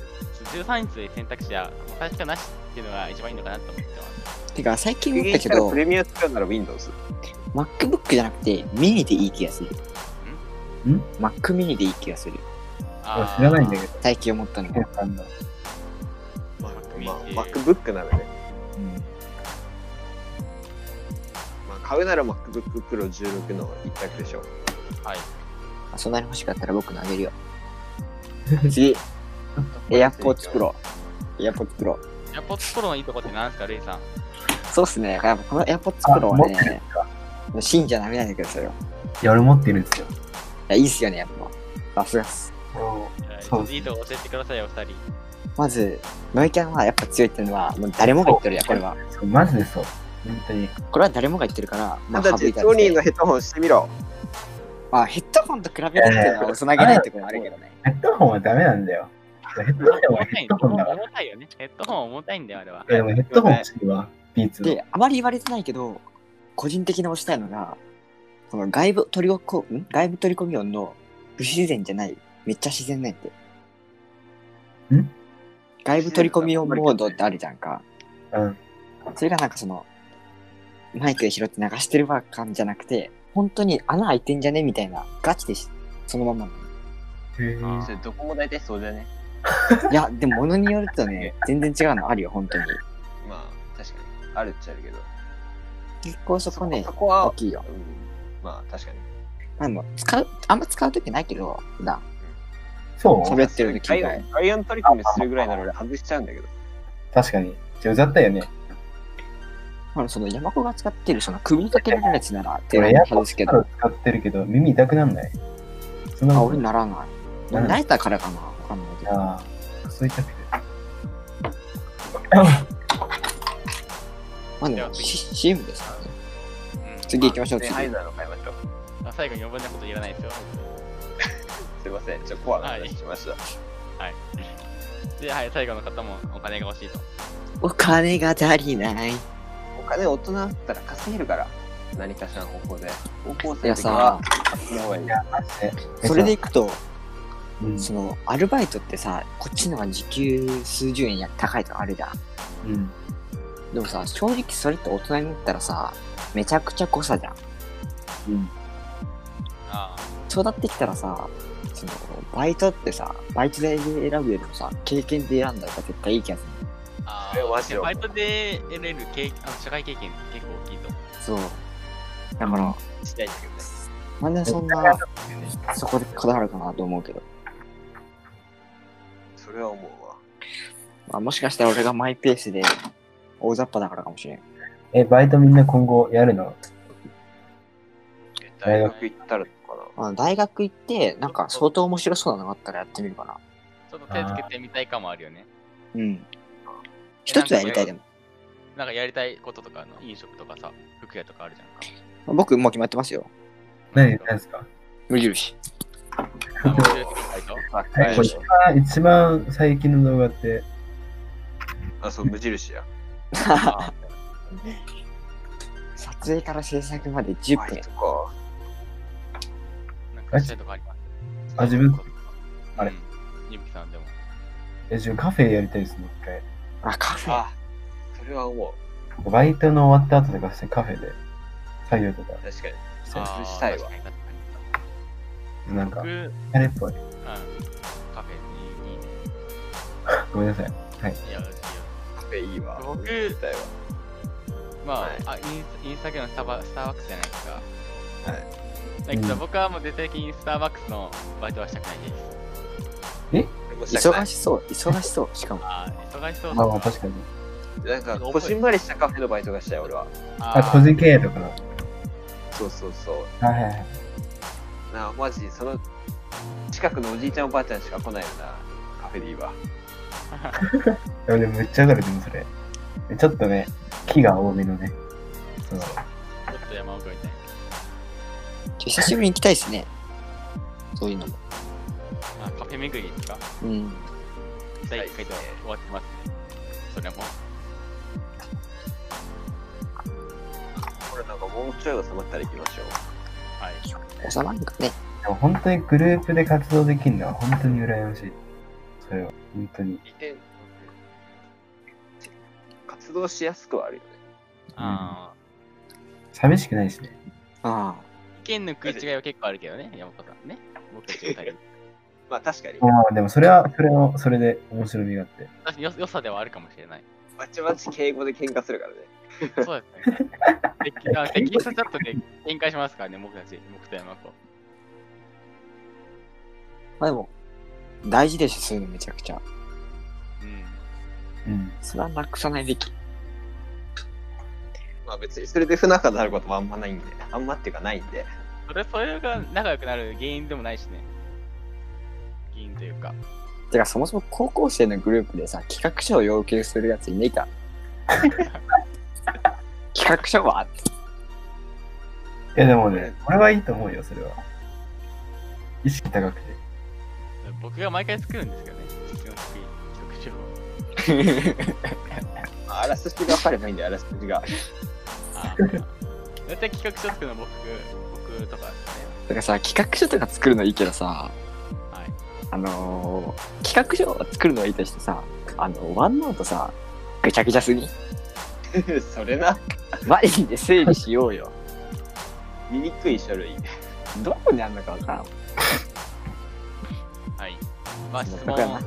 C: 事
A: 13インチで選択肢は最初からなしっていうのが一番いいのかなと思ってます。
C: てか、最近
B: 実
C: 思った
B: 現
C: け
B: したら
C: ど
B: プ、レミア使うなら Windows。
C: MacBook じゃなくて、ミニでいい気がする。
D: ん
C: ?Mac ミニでいい気がする。
A: あー
D: 知らないんだけど。
C: 最近思ったのが。
D: あんな
B: まあ、
A: ミニ
B: まあ MacBook ならね。
C: うん
B: まあ、買うなら MacBook Pro 16の一択でしょう。
A: はい。
C: あそんなに欲しかったら僕のあげるよ。次、AirPods Pro。AirPods Pro。
A: AirPods Pro のいいとこって何ですか、レイさん。
C: そうっすね。やっぱこの AirPods
D: あ
C: Pro は
D: 持ってる
C: ね、芯じゃダメなんだけど、それは。い
D: いや、俺持ってるんですよ。
C: や、いいっすよね、やっぱ。さすがっす。
D: そうですね
A: いいとこ教えてください、お二人。
C: まず、ノイキャンはやっぱ強いっていうのは、もう誰もが言ってるやん、これは。
D: そうマジでそう。本当に。
C: これは誰もが言ってるから、ま
B: た
C: あ、
B: だ、
C: 省
B: ジ
C: いた
B: ョニ
C: り
B: ーの
C: して。
B: ヘッドホンしてみろ。
C: まあ、ヘッドホンと比べるっていうのは、そなげないってこともあるけどね。
D: ヘッドホンはダメなんだよ。ヘッドホンはヘッドホンだから。
A: 重たいよね。ヘッドホン重たいんだよ、あれは。
D: いや、でもヘッドホン欲しいわ。ビーツの。
C: で、あまり言われてないけど、個人的に推したいのが、この外部取りこん外部取り込み音の不自然じゃない、めっちゃ自然なんやって。
D: ん
C: 外部取り込み音モードってあるじゃんか。
D: うん。
C: それがなんかその、マイクで拾って流してるわ感じゃなくて、本当に穴開いてんじゃねみたいな、ガチでしそのまんまなの。
D: へー
A: それ
B: どこも大体そうじゃね。
C: いや、でも物によるとね、全然違うのあるよ、本当に。
B: まあ、確かに。あるっちゃあるけど。
C: 結構そこね、
B: そこは、
C: 大
B: うん、
C: きいよ。
B: まあ、確かに。
C: まあでも、使う、あんま使うときないけど、普段。
D: そう
C: 喋ってる時
B: ラ
C: 以
B: イア
C: 外
B: ンライアン取り組みするぐらいなら俺外しちゃうんだけど。
D: 確かに。じゃあ、うざったよね。
C: まあ、その山子が使ってるその首にかけられるやつなら手
D: 俺、エア
C: を
D: ポッ
C: 外
D: ド
C: す
D: プ
C: け
D: ロ
C: ど、
D: 使ってるけど、耳痛くなんないそんな
C: あ、
D: こ
C: 俺
D: と
C: ならない。
D: なら
C: 慣れたからかな、わかんないけど。
D: ああ、そういったくて。
C: まあで
A: じゃあ
C: も、
A: 次
C: C- CM ですから
A: う
C: ね。
A: ん
C: 次行きましょう、
B: で
C: 次。
B: ハイザーの買いましょう。
A: あ最後に余分なこと言わないですよ。
B: すいません。ちょっとコアな話しました。
A: で、はい、最後の方もお金が欲しいと。
C: お金が足りない。い
B: お金大人だったら稼げるから。何かしらの方法で。高校生の
C: や
B: 時は
C: さ、
B: 稼げた方がいい。
D: え
C: それで、いくと、
D: うん
C: その、アルバイトってさ、こっちのが時給数十円や高いとかあるじゃん。
D: うん。
C: でもさ、正直それって大人になったらさ、めちゃくちゃ誤差じゃん。
D: うん。
A: あ
C: そうなってきたらさ、その、バイトってさ、バイトで選ぶよりもさ、経験で選んだ方が絶対いい気がする。
A: ーあ
B: それはマジ
A: ー。
B: よ
A: バイトで得れる経あの社会経験って結構大きいと思
C: そう。だから、
B: したいんだけどね。
C: なんでそんな、そこでこだわるかなと思うけど。
B: それは思うわ。
C: まあ、もしかしたら俺がマイペースで大雑把だからかもしれん。
D: え、バイトみんな今後やるの
B: 大学行ったらどうかな。
C: まあ、大学行って、なんか相当面白そうなのがあったらやってみるかな。
A: う。ちょっと手つけてみたい感もあるよね。
C: うん。一つはやりたいでも。
A: なんかやりたいこととかの飲食とかさ、服屋とかあるじゃんか。
C: 僕もう決まってますよ。
D: 何何ですか
C: 無印。
A: あ無印バイト
D: えこれ一番一番最近の動画って、
B: あ、そう、無印や。
A: あ
C: 撮影から制作まで10分。
B: とか。
A: ーなんかしたいとかあります。
D: あ自分あれ
A: うん。ゆきさんでも。
D: え、自分カフェやりたいですね、一回。
C: あ、カフェ。
B: あ、それは思
D: バイトの終わった後とかしてカフェで作業とか
B: う。確かに。
D: して
B: あーしたいわ
A: 確かに確かに
D: なんか
A: 僕、う、ん、
D: あれっぽい。
A: カフェいいいいね。
D: ごめんなさい。
A: いや、いいよ。
B: カフェいいわ。
A: 僕
B: 行きたいわ。
A: ま
B: はい
A: あ、あインスインスタグラムスタバスターバックスじゃないですか。
B: はい
A: だけど、
D: うん
A: 僕はもう絶対的にスターバックスのバイトはしたくないです。
B: でもしたくな
C: 忙しそう、忙しそう。しかも。
A: ああ、忙しそう
D: まあ
A: だ
D: まあ
A: な。
D: 確かに。
B: い。なんか、こじんまりしたカフェのバイトがしたい、俺は。
A: あ
D: あ、
A: ー
D: 個人経営とかの。
B: そうそうそう。
D: はいはいはい。
B: なあ、マジ、その、近くのおじいちゃんおばあちゃんしか来ないよな。カフェでいいわ。
D: でもねめっちゃ上がる、でもそれ。ちょっとね、木が多めのね。そう。
A: ちょっと山奥みたい
C: 久しぶりに行きたいですね。そういうのも。
A: な。あカフェ巡りですか
C: うん。
A: 第1回で終わってますね。それも。
B: これなんかもうちょい収まったら行きましょう。
A: はい。
C: 収まるかね。
D: でも本当にグループで活動できるのは本当に羨ましい。それは、本当に。
B: 利点。活動しやすくはあるよね。
A: ああ。
D: 寂しくないしね。
C: あ
A: 意見の食い違いは結構あるけどね、山本さんね。僕たち二人。
B: まあ確かに、
D: まあでもそれは、それも、それで面白みがあって。
A: 確かによ良さではあるかもしれない。
B: バチバチ敬語で喧嘩するからね。
A: そうですね。テキあテキストチャットで展開しますからね、僕たち、僕と山子。
C: あ。まあでも、大事でしょ、そういうのめちゃくちゃ。
A: うん。
D: うん。
C: それはなくさないべき。
B: まあ別にそれで不仲になることもあんまないんで、あんまっていうかないんで。
A: それ、それが仲良くなる原因でもないしね。原因というか。
C: てか、そもそも高校生のグループでさ、企画書を要求するやついねえか。企画書はい
D: やでもね、これはいいと思うよ、それは。意識高くて。
A: 僕が毎回作るんですけどね、実の時局長を。
B: まあ、あらすじが分かればいいんで、あらすじが。
A: あー大体企画書作るのは僕、僕とかですね。
C: だからさ、企画書とか作るのいいけどさ、
A: はい。
C: あのー、企画書を作るのはいいとしてさ、あの、ワンノートさ、ぐちゃぐちゃすぎ。
B: それな、
C: マジで整理しようよ。
B: 醜い書類。
C: どこにあんのかわからん。
A: はい。まあ質問、
C: 僕は
A: は、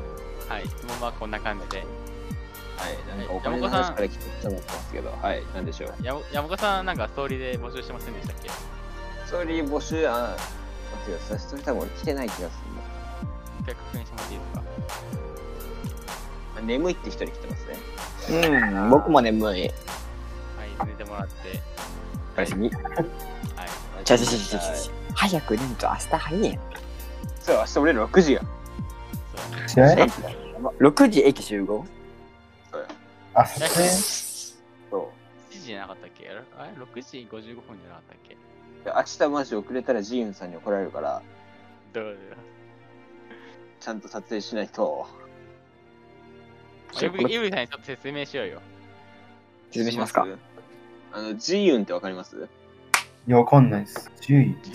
C: ない
A: 質問はこんな感じで。
B: はい、なんかお金の話から聞くと思ってますけど、はい、なんでしょう。
A: や山子さん、なんかストーリーで募集してませんでしたっけ
B: ストーリー募集あ待ってください。それ多分俺来てない気がするな
A: 一回確認してもらっていいですか
B: あ眠いって一人来てますね。
C: うん、僕も眠い。
A: はい、寝てもらって。
C: おやすみ。
A: はい。
C: ちゃちゃちゃちゃちゃちゃ。早く寝ると明日早いやん。
B: そう、明日俺ら6時や。
A: そう。
D: 試合
C: 6時駅集合
B: そうや。
D: あ、それ、
B: そ
A: 7時じゃなかったっけあれあれ ?6 時55分じゃなかったっけ
B: う。で明日マジ遅れたらジーンさんに怒られるから、
A: どう
B: ちゃんと撮影しないと。
A: だよ。イブリさんにちょっと説明しようよ。
C: 説明しますか。
B: あの、ジーンってわかります
D: いや、わかんないです。10位、10位。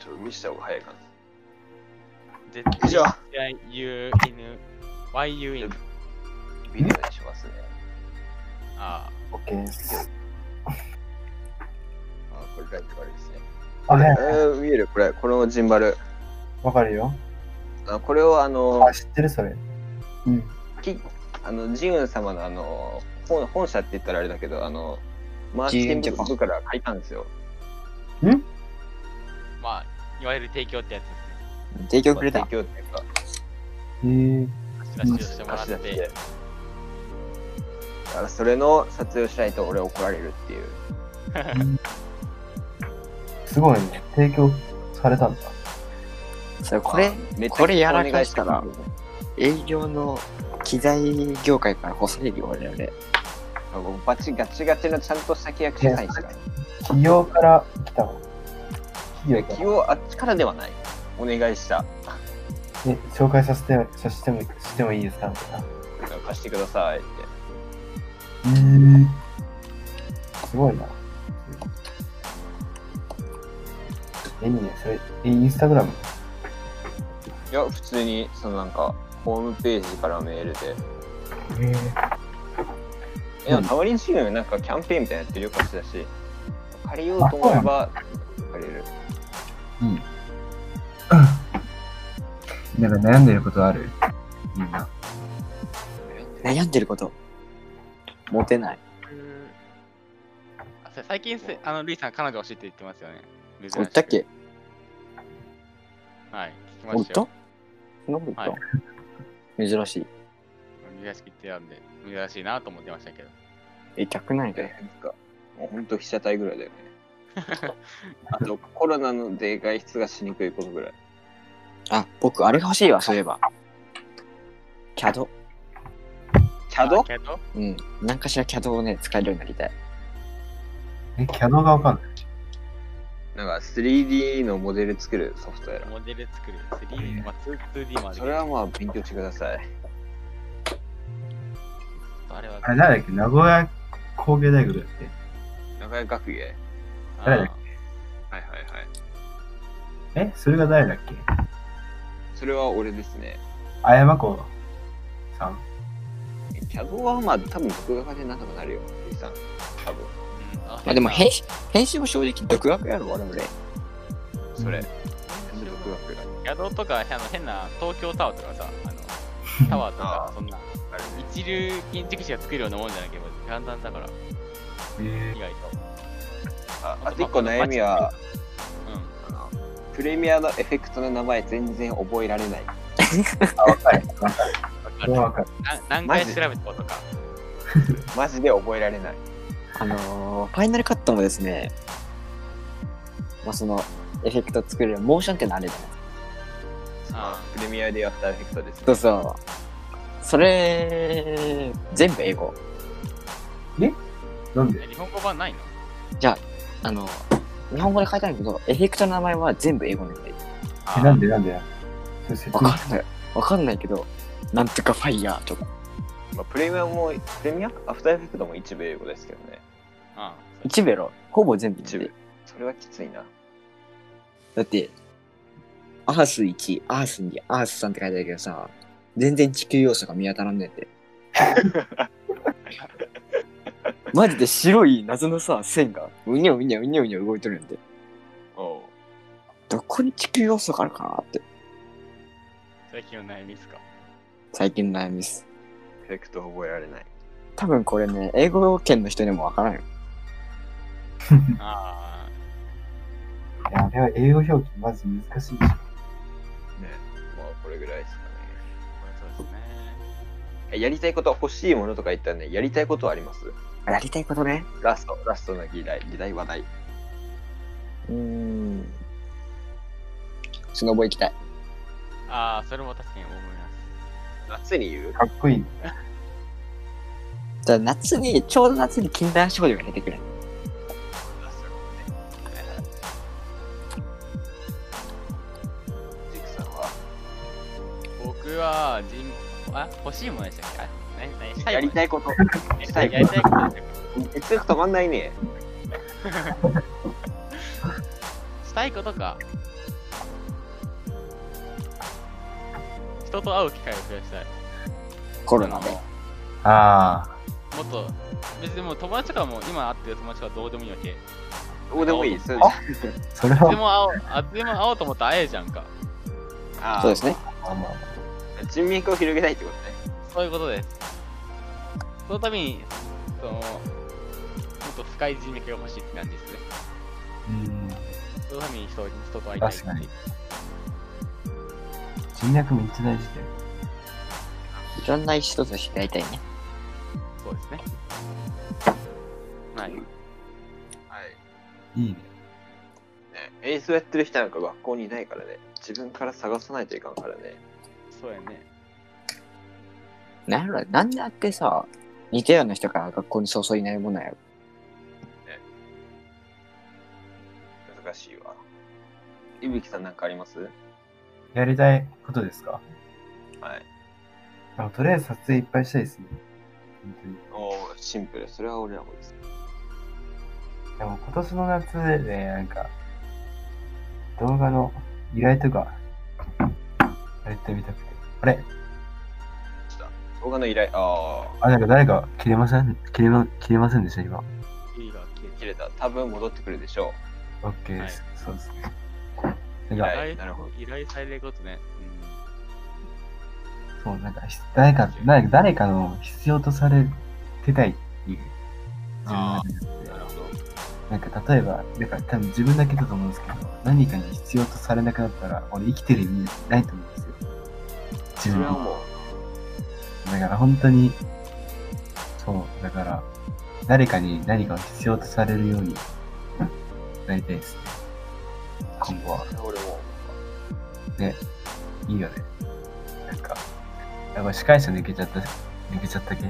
B: ちょっと見せた方が早いかな。
A: 絶
B: 以上、
A: 対 UN、YUN。
B: ビデオにしますね。
A: ああ。
D: OK です。
B: あ、これライトが悪いですね。
D: あ、はい。
B: えー、見えるこれ、このジンバル。
D: わかるよ。
B: あこれをあの
D: あ、、知ってる、それ。うん。
B: きあのジウン様のあの本本社って言ったらあれだけど、あの、マーケティング部から借りたんですよ。
A: まあ、いわゆる提供ってやつですね。
C: 提供くれた。
B: 提供っていうか、
D: えー、
A: 貸し出しをしてもらっ。
B: 貸し出してて。だからそれの撮影をしないと俺怒られるっていう。
D: すごいね。提供されたんだ。
C: それこれ、
B: めっちゃ
C: これやらかした
B: お
C: ら
B: 願いしてくる
C: 営業の機材業界から干されるよ、我々。
B: あ僕バチガチガチのちゃんとした契約してないですから。
D: 企業から来たの。企業か
B: 気
D: ら。
B: をあっちからではない。お願いした。
D: え、紹介させて、させても、してもいいですかみたいな。
B: 貸してくださいって。
D: えー、すごいな。え、いいね。それ、え、インスタグラム
B: いや、普通に、そのなんか、ホームページからメールで。
D: え
B: え、でもたまにチームなんかキャンペーンみたいなのやってるよ、貸しだし。借りようと思えば、借りれる。
D: ー、なんか悩んでることあるみんな。
C: 悩んでること。モテない。
A: あそれ最近せ、あの、ルイさん、彼女欲しいって言ってますよね。珍しく
C: 言ったっけ
A: はい、聞きま
C: 言っ
A: した
C: た
A: よ。
C: そんなこと言っ
A: は
C: た珍しい。
A: 珍しく言ってたんで、珍しいなと思ってましたけど。
C: え、逆ないで。
B: なんか、もうほんと被写体ぐらいだよね。 あと、コロナので外出がしにくいことぐらい。
C: あ、僕、あれが欲しいわ、そういえば。キャド。
B: キャド
A: キャド
C: うん。何かしらキャドをね、使えるようになりたい。
D: え、キャノがわかんない。
B: なんか 3D のモデル作るソフトやら。
A: モデル作る。3D、まあ、2D もあるけど。
B: それはまあ勉強してください。
A: とあれは。
D: あれ、誰だっけ名古屋工芸大学だっけ
B: 名古屋学芸
A: あー
D: 誰だっ
B: はいはいはい。
D: えそれが誰だっけ
B: それは俺ですね。
D: あやまこさん
B: キャドはまあ多分独学でなんとかなるよ、リさん。多分。
A: うんあ
C: まあでも編集、編集も正直独学やろ、我々。
B: それ。
D: うん
B: 独学だ。
A: 宿とかあの変な東京タワーとかさ、 あのタワーとか、そんな
B: あるね
A: 一流建築士が作るようなもんじゃなければ簡単だから、
D: え
A: 意外と。
B: ああと一個悩みは、
A: う
B: あのプレミアのエフェクトの名前全然覚えられない。
D: ー、あ、わかる。わかる。
A: ん。
D: それはわかる。
A: な何
B: マ
A: 回
B: ジ
A: 調べたことか。
B: マジで覚えられない。
C: あのー、ファイナルカットもですね、まあその、エフェクト作れるモーションってのあるじゃない
A: あ
B: プレミアでアフターエフェクトです、ね。
C: そうそう。それ、全部英語。
D: なんで
A: ー日本語版ないの
C: あの、日本語で書いてあるけど、エフェクトの名前は全部英語なんで。
A: あ
D: え
A: ー
D: なんでなんでそれ説
C: わ
D: 明
C: かんない。わかんないけど、なんとかファイヤーとか。
B: まあ、プレミアも、プレミアアフターエフェクトも一部英語ですけどね。
A: あ
C: 一部やろほぼ全部
B: 一部。それはきついな。
C: だって、アース1、アース2、アース3って書いてあるけどさ、全然地球要素が見当たらんねん て。マジで白い謎のさ、線が、うにゃうにゃうにゃうにゃ動いとるんで。
B: おう
C: どこに地球要素があるかなって。
A: 最近の悩みですか。
C: 最近の悩みです。
B: エフェクト覚えられない。
C: 多分これね、英語圏の人にもわからんよ。
A: ああ。
D: いやあれは英語表記、まず難しいし。
B: ね。まあ、これぐらいですかね。
A: そうですね。
B: えやりたいこと、欲しいものとか言ったらね、やりたいことはあります
C: やりたいことね。
B: ラスト、ラストの議題、議題話題。
C: うーん。スノボ行きたい。
A: ああ、それも確かに思います。
B: 夏に言う
D: かっこいい。
C: じゃあ夏に、ちょうど夏に禁断症状が出てくる。
B: ジクさんは
A: 僕は人、あ、欲しいものでしたっけあ、何、何したい
B: やりた
A: い。
B: いこと。
A: したいやりたいことでしたっ
B: 哲学止まんないね。
A: けしたいことか。人と会う機会を増やしたい。
C: コロナで。
D: ああ。
A: もっと、別にもう友達とかも今会ってる友達とかどうでもいいわけ。い
B: どうでもいい。そう
D: それ
A: つで
D: は、
A: も会おう、あいつでも会おうと思ったら会えるじゃんか。
B: あー
C: そうですね。
D: まあまあ
B: 人脈を広げたいってことね。
A: そういうことです。そのために、その、もっと深い人脈が欲しいって感じですね。
D: うん。
A: そのために人人と会いたいっていう。
D: 確かに人脈めっちゃ大事だよ。
C: いろんな人と知り合いたいね。
A: そうですね。はい。
B: はい。
D: いいね。
B: ね、演奏やってる人なんか学校にいないからね。自分から探さないといかんからね。
A: そうやね。
C: なんやろ、なんであってさ、似たような人から学校にそうそういないもんなんやろ。
B: 難しいわ。いぶきさんなんかあります
D: やりたいことですか
B: はい。
D: あとりあえず撮影いっぱいしたいですね。本当に。
B: おーシンプル。それは俺らもです。
D: でも今年の夏で、ね、なんか、動画の依頼とか、やってみたくて。あれ
B: 動画の依頼、あ
D: あ、なんか誰か切れません切れま、切れませんでした今。オ
A: いいが消え
B: あ、切れた。多分戻ってくるでしょ
D: ッケーです。そうですね。
B: 依
D: なん
B: 頼
D: か、
A: てる。
B: なるほど
A: 依頼されることね。
D: そう、なんか、ひ誰か、誰か誰かの必要とされてたいっていう。自分の中で
B: う。なるほど。
D: なんか、例えば、なんか、多分自分だけだと思うんですけど、何かに必要とされなくなったら、俺生きてる意味ないと思うんですよ。自
B: そ
D: 分
B: れ
D: は
B: はもう、
D: だから本当に、そう、だから、誰かに何かを必要とされるようになりたいですね。今後は。
B: それは俺も。
D: いいよね。なんか、やっぱ司会者抜けちゃった、抜けちゃったけ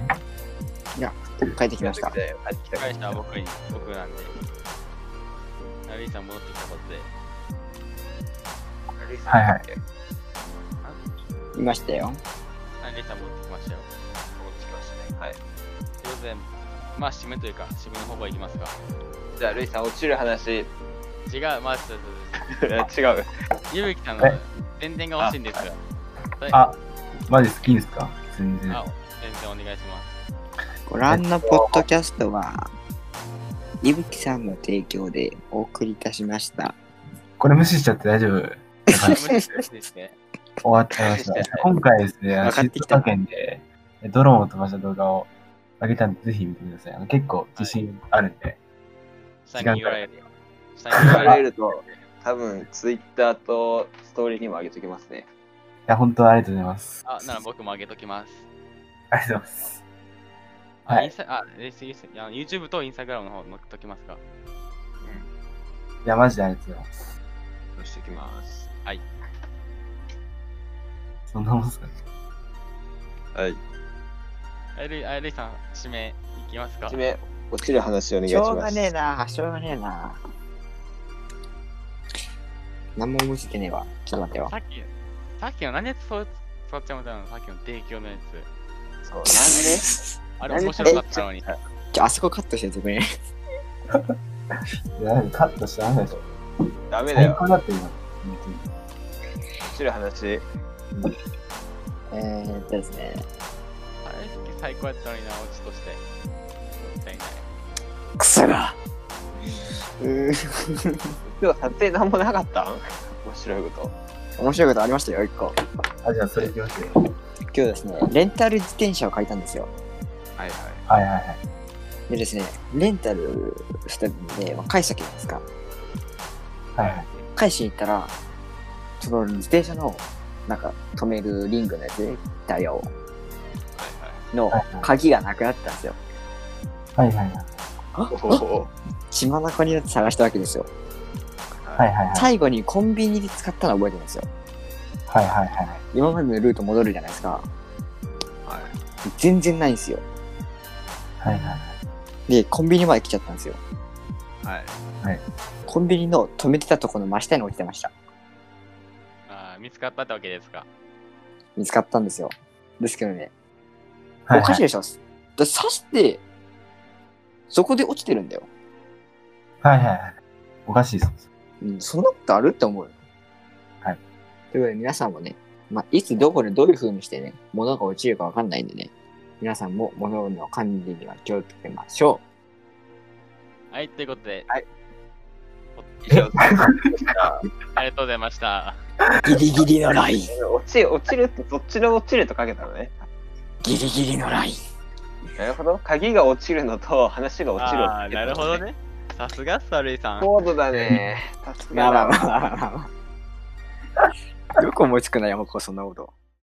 C: 帰ってきました。
B: 帰ってき
A: う
B: た
A: ん。返した僕に、僕なんで。ナビーさん戻ってきたことで。
D: はいはい。
C: いましたよ。
A: ナビーさん戻ってきましたよ。
B: 戻ってきましたね。はい。
A: ことで、まあ、締めというか、締めの方がいきますか。
B: じゃあ、ルイさん、落ちる話、
A: 違う、まあ、ちょっと
B: 違う。
A: ゆうきさんの
D: はい
A: 宣伝が欲しいんですが、はい
D: あ、マジ好きですか全然。
A: あ宣伝お願いします。
C: ご覧のポッドキャストは、いぶきさんの提供でお送りいたしました。
D: これ無視しちゃって大丈夫。はい
A: 無視して無視 して
D: 終わっちゃいまし
B: 無視
D: た
B: して。
D: 今回ですね、あの
C: 分かっ
D: 静
C: てきた
D: 岡県でドローンを飛ばした動画を上げたんで、ぜひ見てください。あの結構自信あるんで。
A: 下に URL。下に URL。
B: URL と、多分、ツイッターとストーリーにも上げときますね。
D: いや、本当ありがとうございます。
A: あ、なら僕も上げときます。
D: ありがとうございます。
A: あ、
D: はい
A: インスタあ、レスイスいや YouTube と Instagram の方載っときますか。
D: いや、マジでありがとうございます。
B: そうしておきます。
D: そんなもんっすかね。
B: はい。
A: あるい、あるいさん、指名いきますか
B: はじ。め、落ちる話お願い
C: し
B: します。
C: ょうがねえな、しょうがねえな。何も思いついてねえわ。ちょっと待ってよ
A: さ。っき、さっきの何やつそう使っちゃうんだろうなさっきの提供のやつ。
B: そう、なんで
A: あれ
B: 何
A: 面白かったのに。
C: ちょ、あそこカットしててくれ。
D: いや、カットしたらダメでしょ。
B: ダメだ
D: 最
B: よ。
D: 高だって今。本当に
B: 落ちる話。
C: えーっとですね、
A: あれ好き最高やったのにな、オチとして。もったいない。
C: クソが。うー
B: 今日撮影なんもなかったん面白いこと。
C: ん、面白いことありましたよ、一個。
D: あ、じゃあ、それいきますよ。
C: 今日ですね、レンタル自転車を借りたんですよ。
B: はいはい。
D: はいはいはい。
C: でですね、レンタルしたんで、まあ、返したじゃないですか。
D: はいはい。
C: 返しに行ったら、その自転車の、なんか、止めるリングのやつで、タイヤを、の
D: はいはい
C: 鍵がなくなってたんですよ。
D: はいはいはい。
B: お
C: 血まなこになって探したわけですよ。
D: はいはいはい。
C: 最後にコンビニで使ったのは覚えてるんですよ。
D: はいはいはい。
C: 今までのルート戻るじゃないですか。
B: はい
C: 全然ないんですよ。
D: はいはい。
C: で、コンビニまで来ちゃったんですよ。
B: はい。
C: コンビニの止めてたところの真下に落ちてました。
A: あー見つかったってわけですか。
C: 見つかったんですよ。ですけどね、
D: はいはい
C: おかしいでしょ。だ刺して、そこで落ちてるんだよ。
D: はいはいはい。おかしいっす。
C: うん、そんなことあるって思うよ。
D: はい。
C: ということで皆さんもね、まあ、いつどこでどういう風にしてね、物が落ちるかわかんないんでね、皆さんも物の管理には気をつけましょ
A: はい、ということで、
B: 以上、
A: ありがとうございました。
C: う。ギリギリのライン。
B: 落ち落ちるって、どっちの落ちるとかけたのね。
C: ギリギリのライン。
B: なるほど。鍵が落ちるのと話が落ちるを
A: あーなるほど。ね。さすが、サルイさん。
B: 高度だ ね。さす
C: ま
B: が
C: あま
B: だ
C: あ
B: わ
C: まあまあまあまあ。よく思いつくないよ、僕はそんなこと。